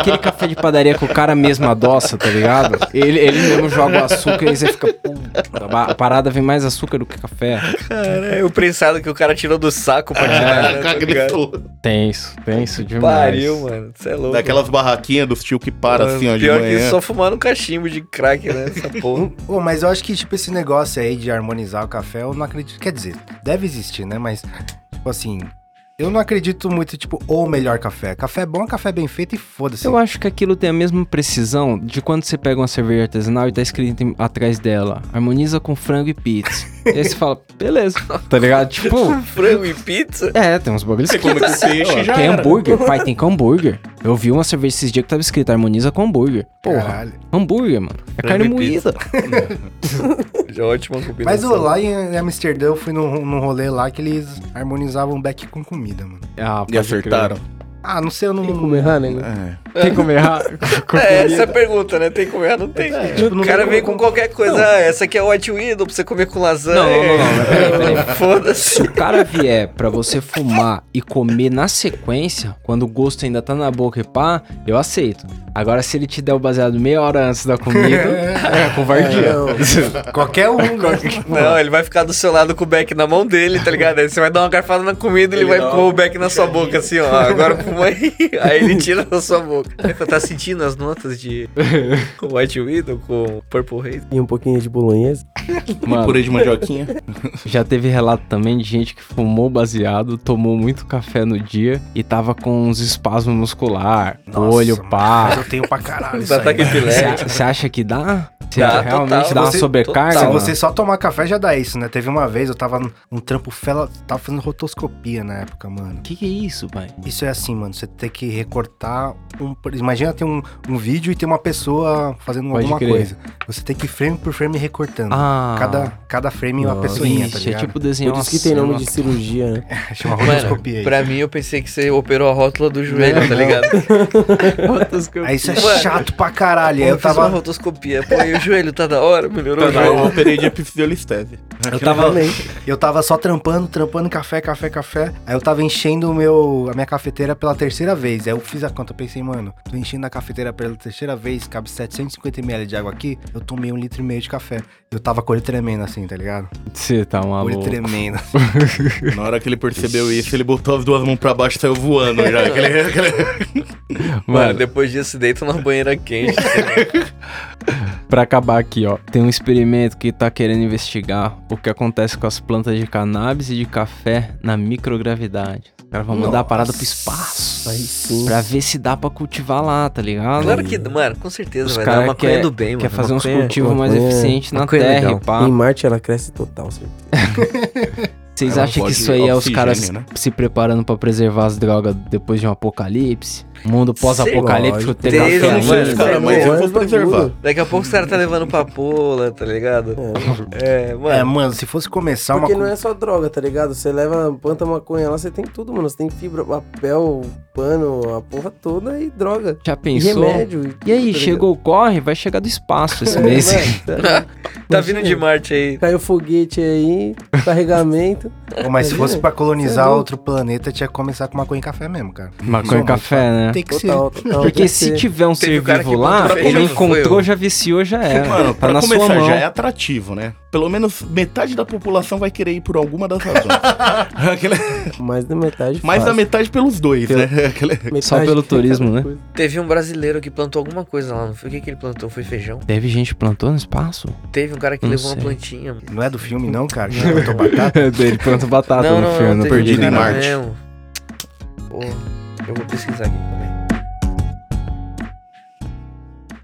S2: Aquele café de padaria que o cara mesmo adoça, tá ligado? Ele, ele mesmo joga o açúcar e você fica. "Puta, A parada vem mais açúcar do que café.
S6: Caralho, é o prensado que o cara tirou do saco
S2: É,
S6: pra tirar. né, tá ligado?
S2: Tenso, tenso demais.
S6: Pariu, mano. Você é louco.
S4: Daquelas barraquinhas dos tio que para
S6: Mano,
S4: assim, ó, de
S6: Ah, Pior que
S4: manhã.
S6: só fumar um cachimbo de crack, né? Essa porra.
S3: Ô, mas eu acho que, tipo, esse negócio aí de harmonizar o café, eu não acredito. Quer dizer, deve existir, né? Mas, tipo assim, eu não acredito muito, tipo, o melhor café. Café é bom, café bem feito e foda-se.
S2: Eu acho que aquilo tem a mesma precisão de quando você pega uma cerveja artesanal e tá escrito em- atrás dela, harmoniza com frango e pizza. e aí você fala, beleza, tá ligado? Tipo,
S6: Frango e pizza?
S2: é, tem uns bagulhos
S4: Você
S2: que
S4: come com peixe e já
S2: tem
S4: era.
S2: hambúrguer, pai, tem com hambúrguer. Eu vi uma cerveja esses dias que tava escrito harmoniza com hambúrguer. Porra,
S3: Caralho.
S2: hambúrguer, mano. É carne
S6: e
S2: moída.
S6: Já é ótima
S3: Mas
S6: combinação.
S3: ô, lá em em Amsterdã eu fui num, num rolê lá que eles harmonizavam back com comida, mano.
S2: Ah, pode
S4: E
S2: crer.
S4: acertaram.
S3: Ah, não sei, eu não.
S5: Tem como
S2: né?
S5: errar, nego?
S4: É.
S2: Tem como errar? Com
S6: É, essa é
S2: comida.
S6: a pergunta, né? Tem que comer? Não tem.
S4: É,
S3: tipo, não
S6: o cara
S3: tem
S6: vem
S3: como-
S6: com qualquer coisa. Ah, essa aqui é White Window pra você comer com lasanha.
S2: Não, não, não, não, peraí, peraí.
S6: Foda-se.
S2: Se o cara vier pra você fumar e comer na sequência, quando o gosto ainda tá na boca e pá, eu aceito. Agora, se ele te der o baseado meia hora antes da comida, é covardia.
S3: Qualquer um.
S6: Não, ele vai ficar do seu lado com o beck na mão dele, tá ligado? Aí você vai dar uma garfada na comida, ele, vai pôr o beck na sua boca, assim, ó. Agora fuma aí. Aí ele tira da sua boca. Aí você tá sentindo as notas de com White Widow, com Purple Haze.
S5: E um pouquinho de bolonhesa.
S2: Mano,
S4: É, Purê de mandioquinha.
S2: É. já teve relato também de gente que fumou baseado, tomou muito café no dia e tava com uns espasmos muscular,
S3: Nossa,
S2: olho
S3: mano,
S2: pá.
S3: mas Eu tenho pra caralho.
S6: Os
S3: Isso aí,
S6: ataques
S3: mano.
S6: epilépticos.
S2: Você acha que dá? Você
S6: Dá,
S2: realmente
S6: Tá, total.
S2: dá uma
S3: Você-
S2: sobrecarga.
S3: Se
S2: mano.
S3: você só tomar café já dá isso, né? Teve uma vez eu tava num trampo fela, tava fazendo rotoscopia na época, mano.
S2: Que que é isso, pai?
S3: Isso é assim, mano, você tem que recortar um, imagina tem um, um vídeo e tem uma pessoa fazendo
S2: Pode
S3: alguma
S2: crer.
S3: coisa. Você tem que ir frame por frame recortando.
S2: Ah.
S3: Cada cada frame é uma
S2: Nossa,
S3: pessoinha, tá
S2: vixe, é
S3: ligado?
S2: tipo desenhar
S5: Por isso
S2: uma
S5: que tem nome de
S2: cena.
S5: cirurgia, né?
S3: Chama
S6: Mano,
S3: rotoscopia. isso.
S6: pra mim eu pensei que você operou a rótula do joelho, tá ligado?
S3: Aí isso é
S6: Mano,
S3: chato pra caralho.
S6: Pô,
S3: Aí
S6: eu
S3: eu
S6: fiz uma
S3: tava
S6: rotoscopia, pô, e o joelho tá da hora, melhorou o
S4: Eu
S6: joelho.
S4: operei de epifisiolistese.
S3: Eu tava, eu tava só trampando, trampando café, café, café. Aí eu tava enchendo o meu, a minha cafeteira pela terceira vez. Aí eu fiz a conta, eu pensei, mano, tô enchendo a cafeteira pela terceira vez, cabe 750ml de água aqui, eu tomei um litro e meio de café. Eu tava com o olho tremendo assim, tá ligado?
S2: Você tá
S3: olho
S2: maluco.
S3: tremendo.
S4: Na hora que ele percebeu isso, ele botou as duas mãos pra baixo e saiu voando já. Aquele- aquele-
S6: Mano,
S2: Mano,
S6: depois disso deita numa banheira quente. sei lá.
S2: Pra acabar aqui, ó, tem um experimento que tá querendo investigar o que acontece com as plantas de cannabis e de café na microgravidade. Os caras vão mandar a parada pro espaço.
S5: Aí sim.
S2: Pra ver se dá pra cultivar lá, tá ligado?
S6: claro que, mano, com certeza,
S2: Os
S6: vai dar
S2: caras
S6: uma
S2: quer,
S6: do bem, mano. é
S2: quer fazer uns
S6: maconha-
S2: cultivos mais
S5: maconha-
S2: eficientes na
S6: maconha é
S2: terra,
S6: legal.
S2: e pá.
S5: Então, Em Marte ela cresce total, certeza.
S2: Vocês
S4: Ela
S2: acham que
S4: pode
S2: isso aí é os
S4: oxigênio,
S2: caras
S4: né?
S2: se preparando pra preservar as drogas depois de um apocalipse? Mundo pós-apocalíptico ter
S6: Sei
S2: café
S6: lá,
S4: Eu não sei,
S6: mano,
S4: cara,
S6: sério,
S4: mas eu
S5: mano,
S4: vou preservar.
S5: bagulho.
S6: Daqui a pouco os caras tá levando pra pola, tá ligado? É,
S3: É,
S6: mano.
S3: mano, se fosse começar uma
S5: Porque não
S3: coisa.
S5: é só droga, tá ligado? Você leva, planta maconha lá, você tem tudo, mano. Você tem fibra, papel, pano, a porra toda e droga.
S2: Já
S5: E
S2: pensou?
S5: remédio.
S2: E aí,
S5: tudo, tá
S2: chegou o corre, vai chegar do espaço esse
S5: ligado? É,
S2: mês.
S5: mano, tá-
S2: É,
S6: tá vindo de Marte aí.
S5: Caiu foguete aí, carregamento.
S3: Mas se fosse pra
S5: Você é
S3: colonizar
S5: louco.
S3: outro planeta, tinha que começar com maconha e café mesmo, cara.
S2: Maconha e
S3: Não,
S2: café, né?
S3: Tem que
S4: tá.
S3: ser.
S5: Total, total.
S2: Porque
S5: tem
S2: se
S5: que-
S2: tiver um
S6: Teve
S2: ser
S6: o cara que
S2: vivo lá,
S6: encontrou
S2: ele
S6: feijão, foi
S2: encontrou,
S6: eu.
S2: já viciou, já era. tá
S4: Mano, pra
S2: na sua
S4: começar
S2: mão.
S4: já é atrativo, né? Pelo menos metade da população vai querer ir por alguma das razões. Aquele-
S2: tipo-
S5: Mais da metade.
S4: Mais da
S5: fácil.
S4: metade pelos dois, né? Aquele-
S5: metade.
S2: Só pelo turismo, né?
S5: coisa.
S6: Teve um brasileiro que plantou alguma coisa lá, não foi o que, que ele plantou? Foi feijão?
S2: Teve gente que plantou no espaço?
S6: Teve um cara que
S2: Não
S6: levou
S2: sei.
S6: uma plantinha. mano.
S3: Não é do filme, não, cara. Que plantou batata.
S2: ele planta batata no
S6: não, não,
S2: filme,
S6: não,
S2: não,
S6: teve
S2: perdi
S6: um
S4: Perdido em
S6: cara
S4: Marte.
S6: mesmo. Pô, eu vou pesquisar aqui também.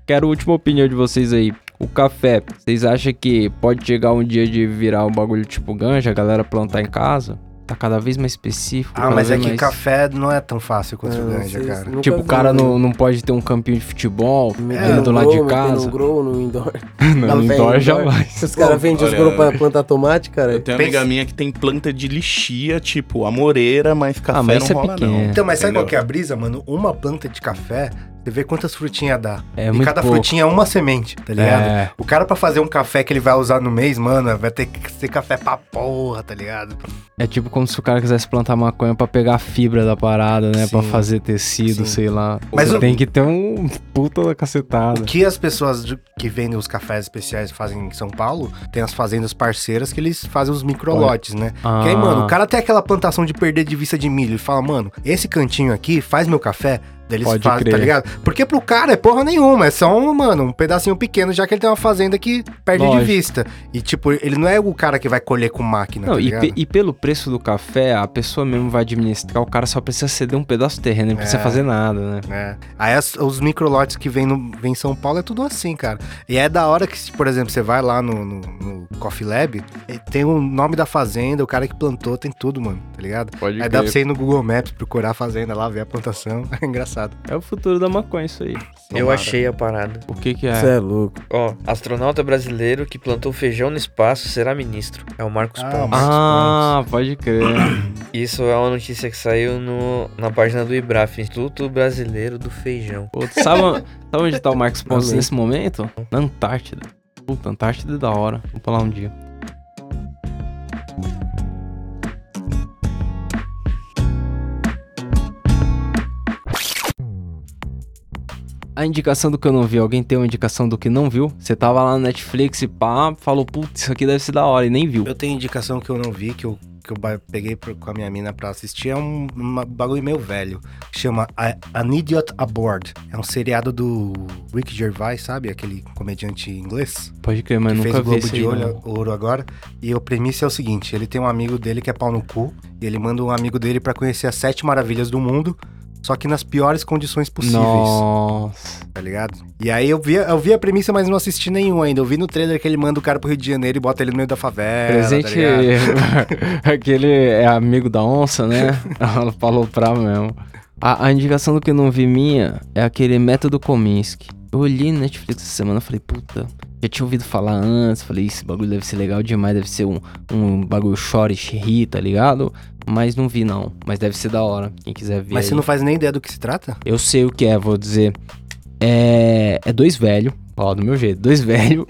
S2: Quero a última opinião de vocês aí. O café, vocês acham que pode chegar um dia de virar um bagulho tipo ganja, a galera plantar em casa? Tá cada vez mais específico.
S3: Ah,
S2: cada
S3: mas é
S2: vez
S3: que
S2: mais-
S3: café não é tão fácil quanto
S5: Não,
S3: o ganja,
S5: vocês
S3: cara.
S5: nunca
S2: Tipo, o cara
S5: viram.
S3: né?
S5: um
S2: não, não pode ter um campinho de futebol
S5: Metendo
S3: um
S2: dentro do lado
S5: grow,
S2: de
S5: metendo
S2: casa.
S5: grow no indoor.
S2: Não,
S5: Não,
S2: no
S5: tem
S2: indoor já
S5: indoor.
S2: vai.
S5: Os caras vendem os
S4: olha-
S5: grow pra plantar tomate,
S4: Eu
S5: cara.
S4: tenho uma amiga minha que tem planta de lixia, tipo amoreira, mas café
S2: Ah, mas
S4: não
S2: isso é
S4: rola,
S2: pequeno.
S4: não.
S3: Então, mas sabe
S4: Entendeu?
S3: qual que é a brisa, mano? Uma planta de café, você vê quantas frutinhas dá.
S2: É
S3: e
S2: muito
S3: cada
S2: pouco.
S3: frutinha é uma semente, tá ligado?
S2: É.
S3: O cara, pra fazer um café que ele vai usar no mês, mano, vai ter que ser café pra porra, tá ligado?
S2: É tipo como se o cara quisesse plantar maconha pra pegar a fibra da parada, né? Pra
S3: Sim.
S2: fazer tecido,
S3: Sim.
S2: sei lá.
S3: Mas
S2: Você
S3: o-
S2: tem que ter um puta da cacetada.
S3: O que as pessoas de- que vendem os cafés especiais fazem em São Paulo, tem as fazendas parceiras que eles fazem os microlotes, né?
S2: Ah.
S3: Que aí, mano, o cara tem aquela plantação de perder de vista de milho e fala, mano, esse cantinho aqui faz meu café. Daí Eles
S2: Pode
S3: fazem,
S2: crer.
S3: tá ligado? Porque pro cara é porra nenhuma, é só um, mano, um pedacinho pequeno, já que ele tem uma fazenda que perde
S2: Lógico.
S3: de vista. E, tipo, ele não é o cara que vai colher com máquina,
S2: Não,
S3: tá
S2: e,
S3: ligado?
S2: pe- e pelo preço do café, a pessoa mesmo vai administrar, o cara só precisa ceder um pedaço de terreno, não precisa
S3: É.
S2: fazer nada, né?
S3: É. Aí as- os microlotes que vem, no, vem em São Paulo é tudo assim, cara. E é da hora que, se, por exemplo, você vai lá no, no, no Coffee Lab, eh, tem o nome da fazenda, o cara que plantou, tem tudo, mano, tá ligado?
S2: Pode
S3: Aí dá pra você ir no Google Maps, procurar a fazenda lá, ver a plantação. É engraçado.
S2: É o futuro da maconha isso aí.
S6: Eu
S3: Tomara.
S6: achei a parada.
S2: O que que é?
S5: Você é louco.
S6: Ó, astronauta brasileiro que plantou feijão no espaço será ministro. É o Marcos
S3: Ah,
S6: Pontes.
S2: Ah, pode crer.
S6: Isso é uma notícia que saiu no, na página do IBRAF, Instituto Brasileiro do Feijão.
S2: Pô, tu sabe, on- sabe onde tá o Marcos Pontes
S5: Amém.
S2: nesse momento? Na Antártida. Puta, Antártida é da hora. Vou pra lá um dia. A indicação do que eu não vi, alguém tem uma indicação do que não viu? Você tava lá no Netflix e pá, falou, putz, isso aqui deve ser da hora e nem viu.
S3: Eu tenho indicação que eu não vi, que eu, que eu ba- peguei pro- com a minha mina pra assistir. É um uma bagulho meio velho, que chama A- An Idiot Aboard. É um seriado do Rick Gervais, sabe? Aquele comediante inglês.
S2: Pode crer, mas
S3: que fez
S2: nunca
S3: o
S2: vi
S3: Globo
S2: isso aí.
S3: de
S2: não.
S3: Olho- Ouro agora. E o premissa é o seguinte: ele tem um amigo dele que é pau no cu, e ele manda um amigo dele pra conhecer as sete maravilhas do mundo, só que nas piores condições possíveis.
S2: Nossa.
S3: tá ligado? E aí eu vi, eu vi a premissa, mas não assisti nenhum ainda. Eu vi no trailer que ele manda o cara pro Rio de Janeiro e bota ele no meio da favela. Tá
S2: Presente.
S3: ligado?
S2: aquele é amigo da onça, né? Ela falou pra mesmo. A, a indicação do que eu não vi minha é aquele método Kominsky. Eu olhei no Netflix essa semana e falei, puta, já tinha ouvido falar antes, falei, esse bagulho deve ser legal demais, deve ser um, um bagulho chore, ri, tá ligado? Mas não vi não, mas deve ser da hora, quem quiser ver
S3: Mas
S2: aí.
S3: você não faz nem ideia do que se trata?
S2: Eu sei o que é, vou dizer. É, é dois velhos, ó, do meu jeito, dois velhos.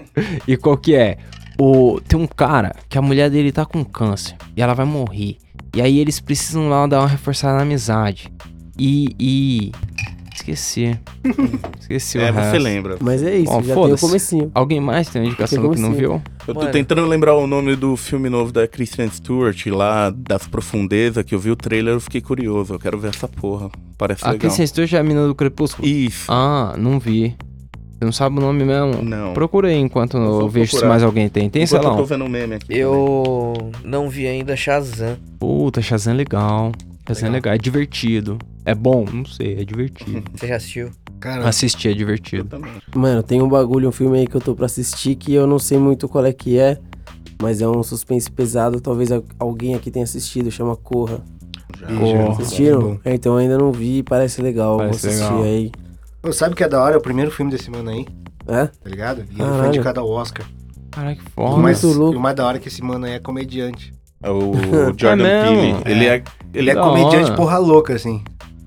S2: e qual que é? O, tem um cara que a mulher dele tá com câncer e ela vai morrer. E aí eles precisam lá dar uma reforçada na amizade. E. e... Esqueci. Esqueci o
S4: É, você
S2: resto.
S4: lembra.
S5: Mas é isso,
S2: Ó,
S5: já tem o
S2: foda-se.
S5: comecinho.
S2: Alguém mais tem uma indicação do que não
S5: Tem como
S2: viu?
S4: Eu tô
S6: Mano.
S4: tentando lembrar o nome do filme novo da Kristen Stewart, lá das profundezas, que eu vi o trailer e fiquei curioso. Eu quero ver essa porra. Parece
S2: A
S4: legal.
S2: Kristen Stewart é a mina do Crepúsculo?
S4: Isso.
S2: Ah, não vi. Você não sabe o nome mesmo?
S4: Não.
S2: Procura aí enquanto eu,
S4: vou
S2: vejo se
S4: procurar.
S2: mais alguém tem. Tem, sei
S4: Enquanto
S2: lá.
S4: eu
S2: um-
S4: tô vendo o meme aqui.
S6: Eu não vi ainda Shazam.
S2: Puta, Shazam é legal. Shazam é
S6: Legal.
S2: legal, é divertido. É bom? Não sei, é divertido.
S6: Você já assistiu?
S3: Cara,
S2: Assistir é
S4: Eu
S2: divertido.
S4: também.
S5: Mano, tem um bagulho, um filme aí que eu tô pra assistir que eu não sei muito qual é que é, mas é um suspense pesado, talvez al- alguém aqui tenha assistido, chama Corra.
S2: Porra.
S5: Assistiram? É, então eu ainda não vi, parece legal,
S2: Parece
S5: vou assistir
S2: legal.
S5: aí.
S3: Pô, sabe o que é da hora? É o primeiro filme desse mano aí,
S5: É?
S3: tá ligado? E ele foi
S5: Caralho.
S3: indicado ao Oscar.
S2: Caraca, que
S3: E o
S2: foda.
S3: mais-
S5: Muito louco.
S3: E o mais da hora é que esse mano aí é comediante.
S4: É o o Jordan
S2: É mesmo?
S4: Peele. Ele é. Ele
S3: Ele é
S4: é...
S2: Da
S3: comediante
S2: hora.
S3: porra louca, assim.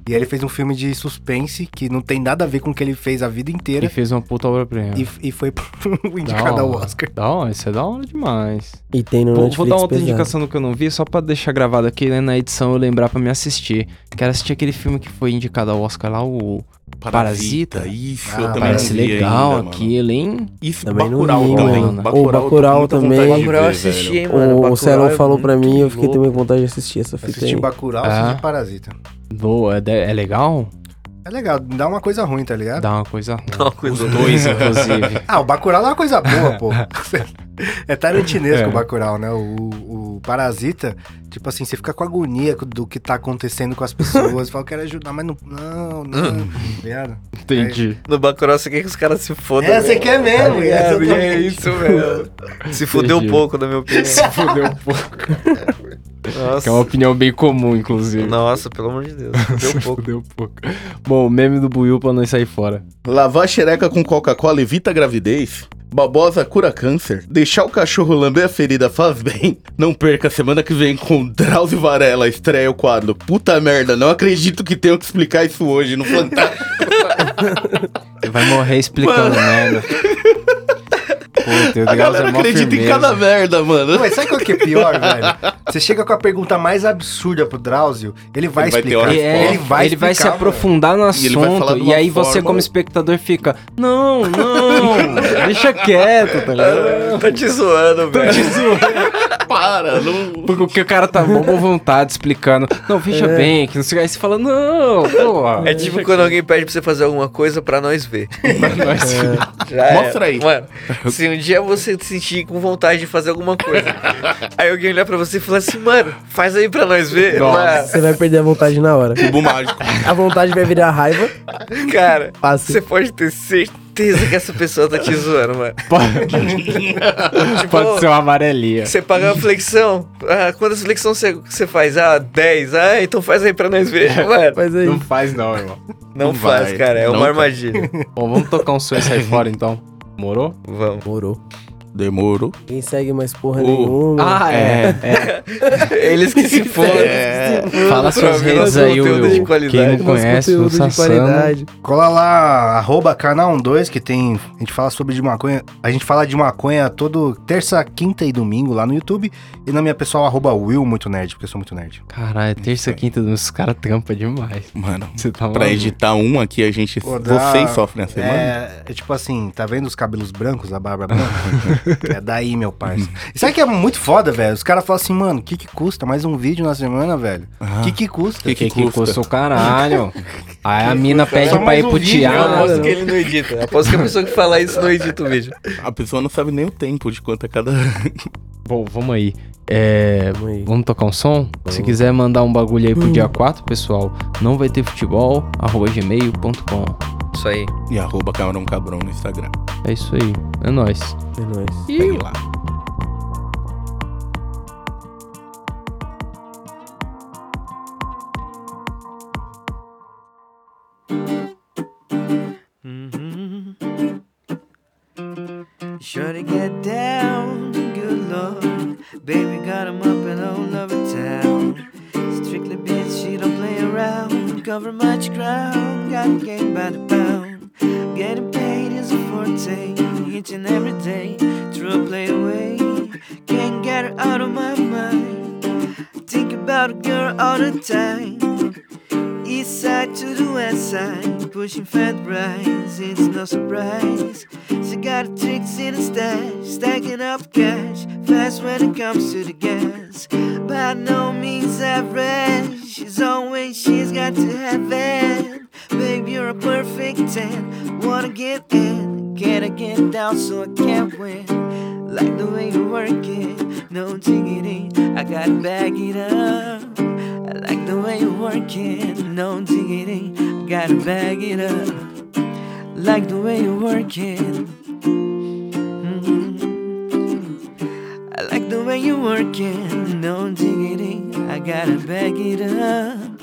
S3: E aí ele fez um filme de suspense que não tem nada a ver com o que ele fez a vida
S2: E
S3: inteira
S2: fez uma puta obra prima.
S3: e, e foi indicado ao Oscar.
S2: Da hora, isso é da hora demais.
S5: E tem no
S2: Pô,
S5: Netflix
S2: vou dar outra
S5: pesado.
S2: indicação do que eu não vi, só pra deixar gravado aqui, né, na edição eu lembrar pra me assistir. Quero assistir aquele filme que foi indicado ao Oscar lá, o... Parasita.
S4: Isso,
S3: Ah,
S4: eu também
S2: Parece
S4: não vi
S2: legal
S4: ainda, mano.
S2: aquilo, hein?
S4: Isso,
S5: Também não
S4: Bacurau
S5: vi,
S4: também.
S2: mano.
S4: Bacurau,
S5: Ô,
S4: eu tô com
S5: Bacurau
S4: muita
S5: também.
S4: vontade de
S6: Bacurau eu
S4: ver, velho.
S6: assisti, hein, mano.
S5: O,
S6: Bacurau
S5: o Celon
S6: é
S5: falou pra
S6: muito
S5: mim, eu fiquei
S6: louco.
S5: também com vontade de assistir essa fita aí.
S3: Assisti Bacurau,
S2: Ah.
S3: assisti Parasita.
S2: Boa, é, de- é legal?
S3: É legal, dá uma coisa ruim, tá ligado?
S2: Dá uma coisa ruim.
S6: Não, coisa
S2: Dois, né? inclusive.
S3: Ah, o Bacurau é uma coisa boa, pô. é tarantinesco o Bacurau, né? O, o Parasita, tipo assim, você fica com agonia do que tá acontecendo com as pessoas. fala, eu quero ajudar, mas não... Não, não. Merda.
S2: Entendi.
S6: No Bacurau você quer que os caras se fodam.
S3: É, você quer mesmo.
S6: É,
S3: exatamente.
S6: é isso, velho. Se fudeu um
S2: Entendi.
S6: pouco, na minha opinião.
S2: Fudeu um pouco. Que é uma
S6: Nossa.
S2: opinião bem comum, inclusive.
S6: Nossa, pelo amor de Deus. Se fudeu um pouco.
S2: Fudeu um pouco. Bom, meme do Buiu pra nós sair fora.
S4: Lavar xereca com Coca-Cola evita a gravidez? Babosa cura câncer? Deixar o cachorro lamber a ferida faz bem? Não perca, semana que vem com Drauzio Varela estreia o quadro. Puta merda, não acredito que tenho que explicar isso hoje no Fantástico.
S2: Vai morrer explicando merda. Puta, eu
S3: é
S4: a galera acredita em cada merda, mano.
S3: Mas sabe qual que é pior, velho? Você chega com a pergunta mais absurda pro Drauzio, ele vai
S4: Ele vai ter
S3: explicar.
S4: uma
S2: É, ele vai, se
S3: explicar,
S2: aprofundar no
S4: E ele vai falar
S2: assunto
S4: de
S2: e,
S4: uma
S2: aí você
S4: forma-
S2: como espectador fica não, não, deixa quieto, tá ligado?
S6: Tá te zoando, velho.
S4: Para, não.
S2: Porque o cara tá bom com vontade explicando. Não, veja
S4: É.
S2: bem, que não sei o que. Aí você fala, não, porra.
S6: É tipo quando alguém pede pra você fazer alguma coisa pra nós ver. Já é.
S4: Mostra aí.
S6: Mano, se um dia você se sentir com vontade de fazer alguma coisa, aí alguém olhar pra você e falar assim, mano, faz aí pra nós ver.
S5: Você vai perder a vontade na hora.
S4: Cubo mágico.
S5: A vontade vai virar raiva.
S6: Mano, cara,
S5: Fácil.
S6: você pode ter certeza que essa pessoa tá te zoando, mano. Tipo,
S2: Pode ser um uma amarelinha.
S6: Você paga uma flexão. Ah, quantas flexões você, você faz? Ah, 10. Ah, então faz aí pra nós ver. Mano,
S5: Mas aí.
S2: Não faz É. não, irmão.
S6: não,
S4: não
S6: faz,
S4: vai.
S6: cara. É
S4: Não,
S6: uma
S4: cara.
S6: armadilha.
S2: Bom, vamos tocar um som e sair fora então. Morou?
S6: Vamos.
S5: Morou.
S4: Demorou.
S5: Quem segue mais porra
S4: Uh.
S5: nenhuma.
S6: Ah,
S2: é.
S6: Eles que se foram.
S2: Fala
S6: Pra
S2: suas
S6: mim,
S2: redes
S6: nosso
S2: aí,
S6: conteúdo de
S2: Will.
S6: qualidade,
S2: Quem não
S6: nosso
S2: conhece, o
S5: conteúdo de
S2: Sassano.
S5: qualidade.
S3: Cola lá, arroba canal 12, que tem. A gente fala sobre de maconha. A gente fala de maconha todo terça, quinta e domingo lá no YouTube. E na minha pessoal, arroba Will Muito Nerd, porque eu sou muito nerd.
S2: Caralho, terça, quinta, os caras trampa demais.
S4: Mano,
S2: Você tá
S4: pra
S2: maluco.
S4: editar um aqui, a gente.
S3: Pô, dá-
S4: Vocês sofrem a semana?
S3: É, é tipo assim, tá vendo os cabelos brancos, a barba branca? é daí, meu parça. E sabe que é muito foda, velho? Os caras falam assim, mano, o que que custa mais um vídeo na semana, velho? O
S4: Ah.
S3: que que custa?
S4: Que
S2: Que, que
S4: custa?
S2: custa o caralho. Aí a mina pede
S3: Só
S2: pra
S3: mais
S2: ir
S3: um
S2: pro
S3: vídeo,
S6: Eu
S2: teatro.
S6: aposto que ele não edita. Aposto que a pessoa que falar isso não edita o vídeo.
S4: A pessoa não sabe nem o tempo de quanto é cada.
S2: Bom, vamos aí. É,
S5: Vamos aí.
S2: Vamos tocar um som? Se quiser mandar um bagulho aí pro dia 4, pessoal, não vai ter futebol, arroba gmail.com.
S6: Isso aí.
S4: E arroba Camarão Cabrão no Instagram.
S2: É isso aí. É nóis.
S7: É nóis.
S4: Segue lá.
S5: Sure to get down, good lord. Baby got him up in all over town. Strictly bitch, she don't play around. Cover much ground, got game by the pound. Getting paid is a forte, each and every day. True play away, can't get her out of my mind. Think about a girl all the time. East side to the west side, pushing fat rice, it's no surprise. She got tricks in the stash, stacking up cash, fast when it comes to the gas. By no means average, she's always, she's got to have it. Babe, you're a perfect 10, wanna get in, gotta get down so I can win. Like the way you work it, no diggity, I gotta bag it up. I like the way you work it, no diggity. I gotta bag it up. Like the way you work it. Mhm. I like the way you work it, no diggity. I gotta bag it up.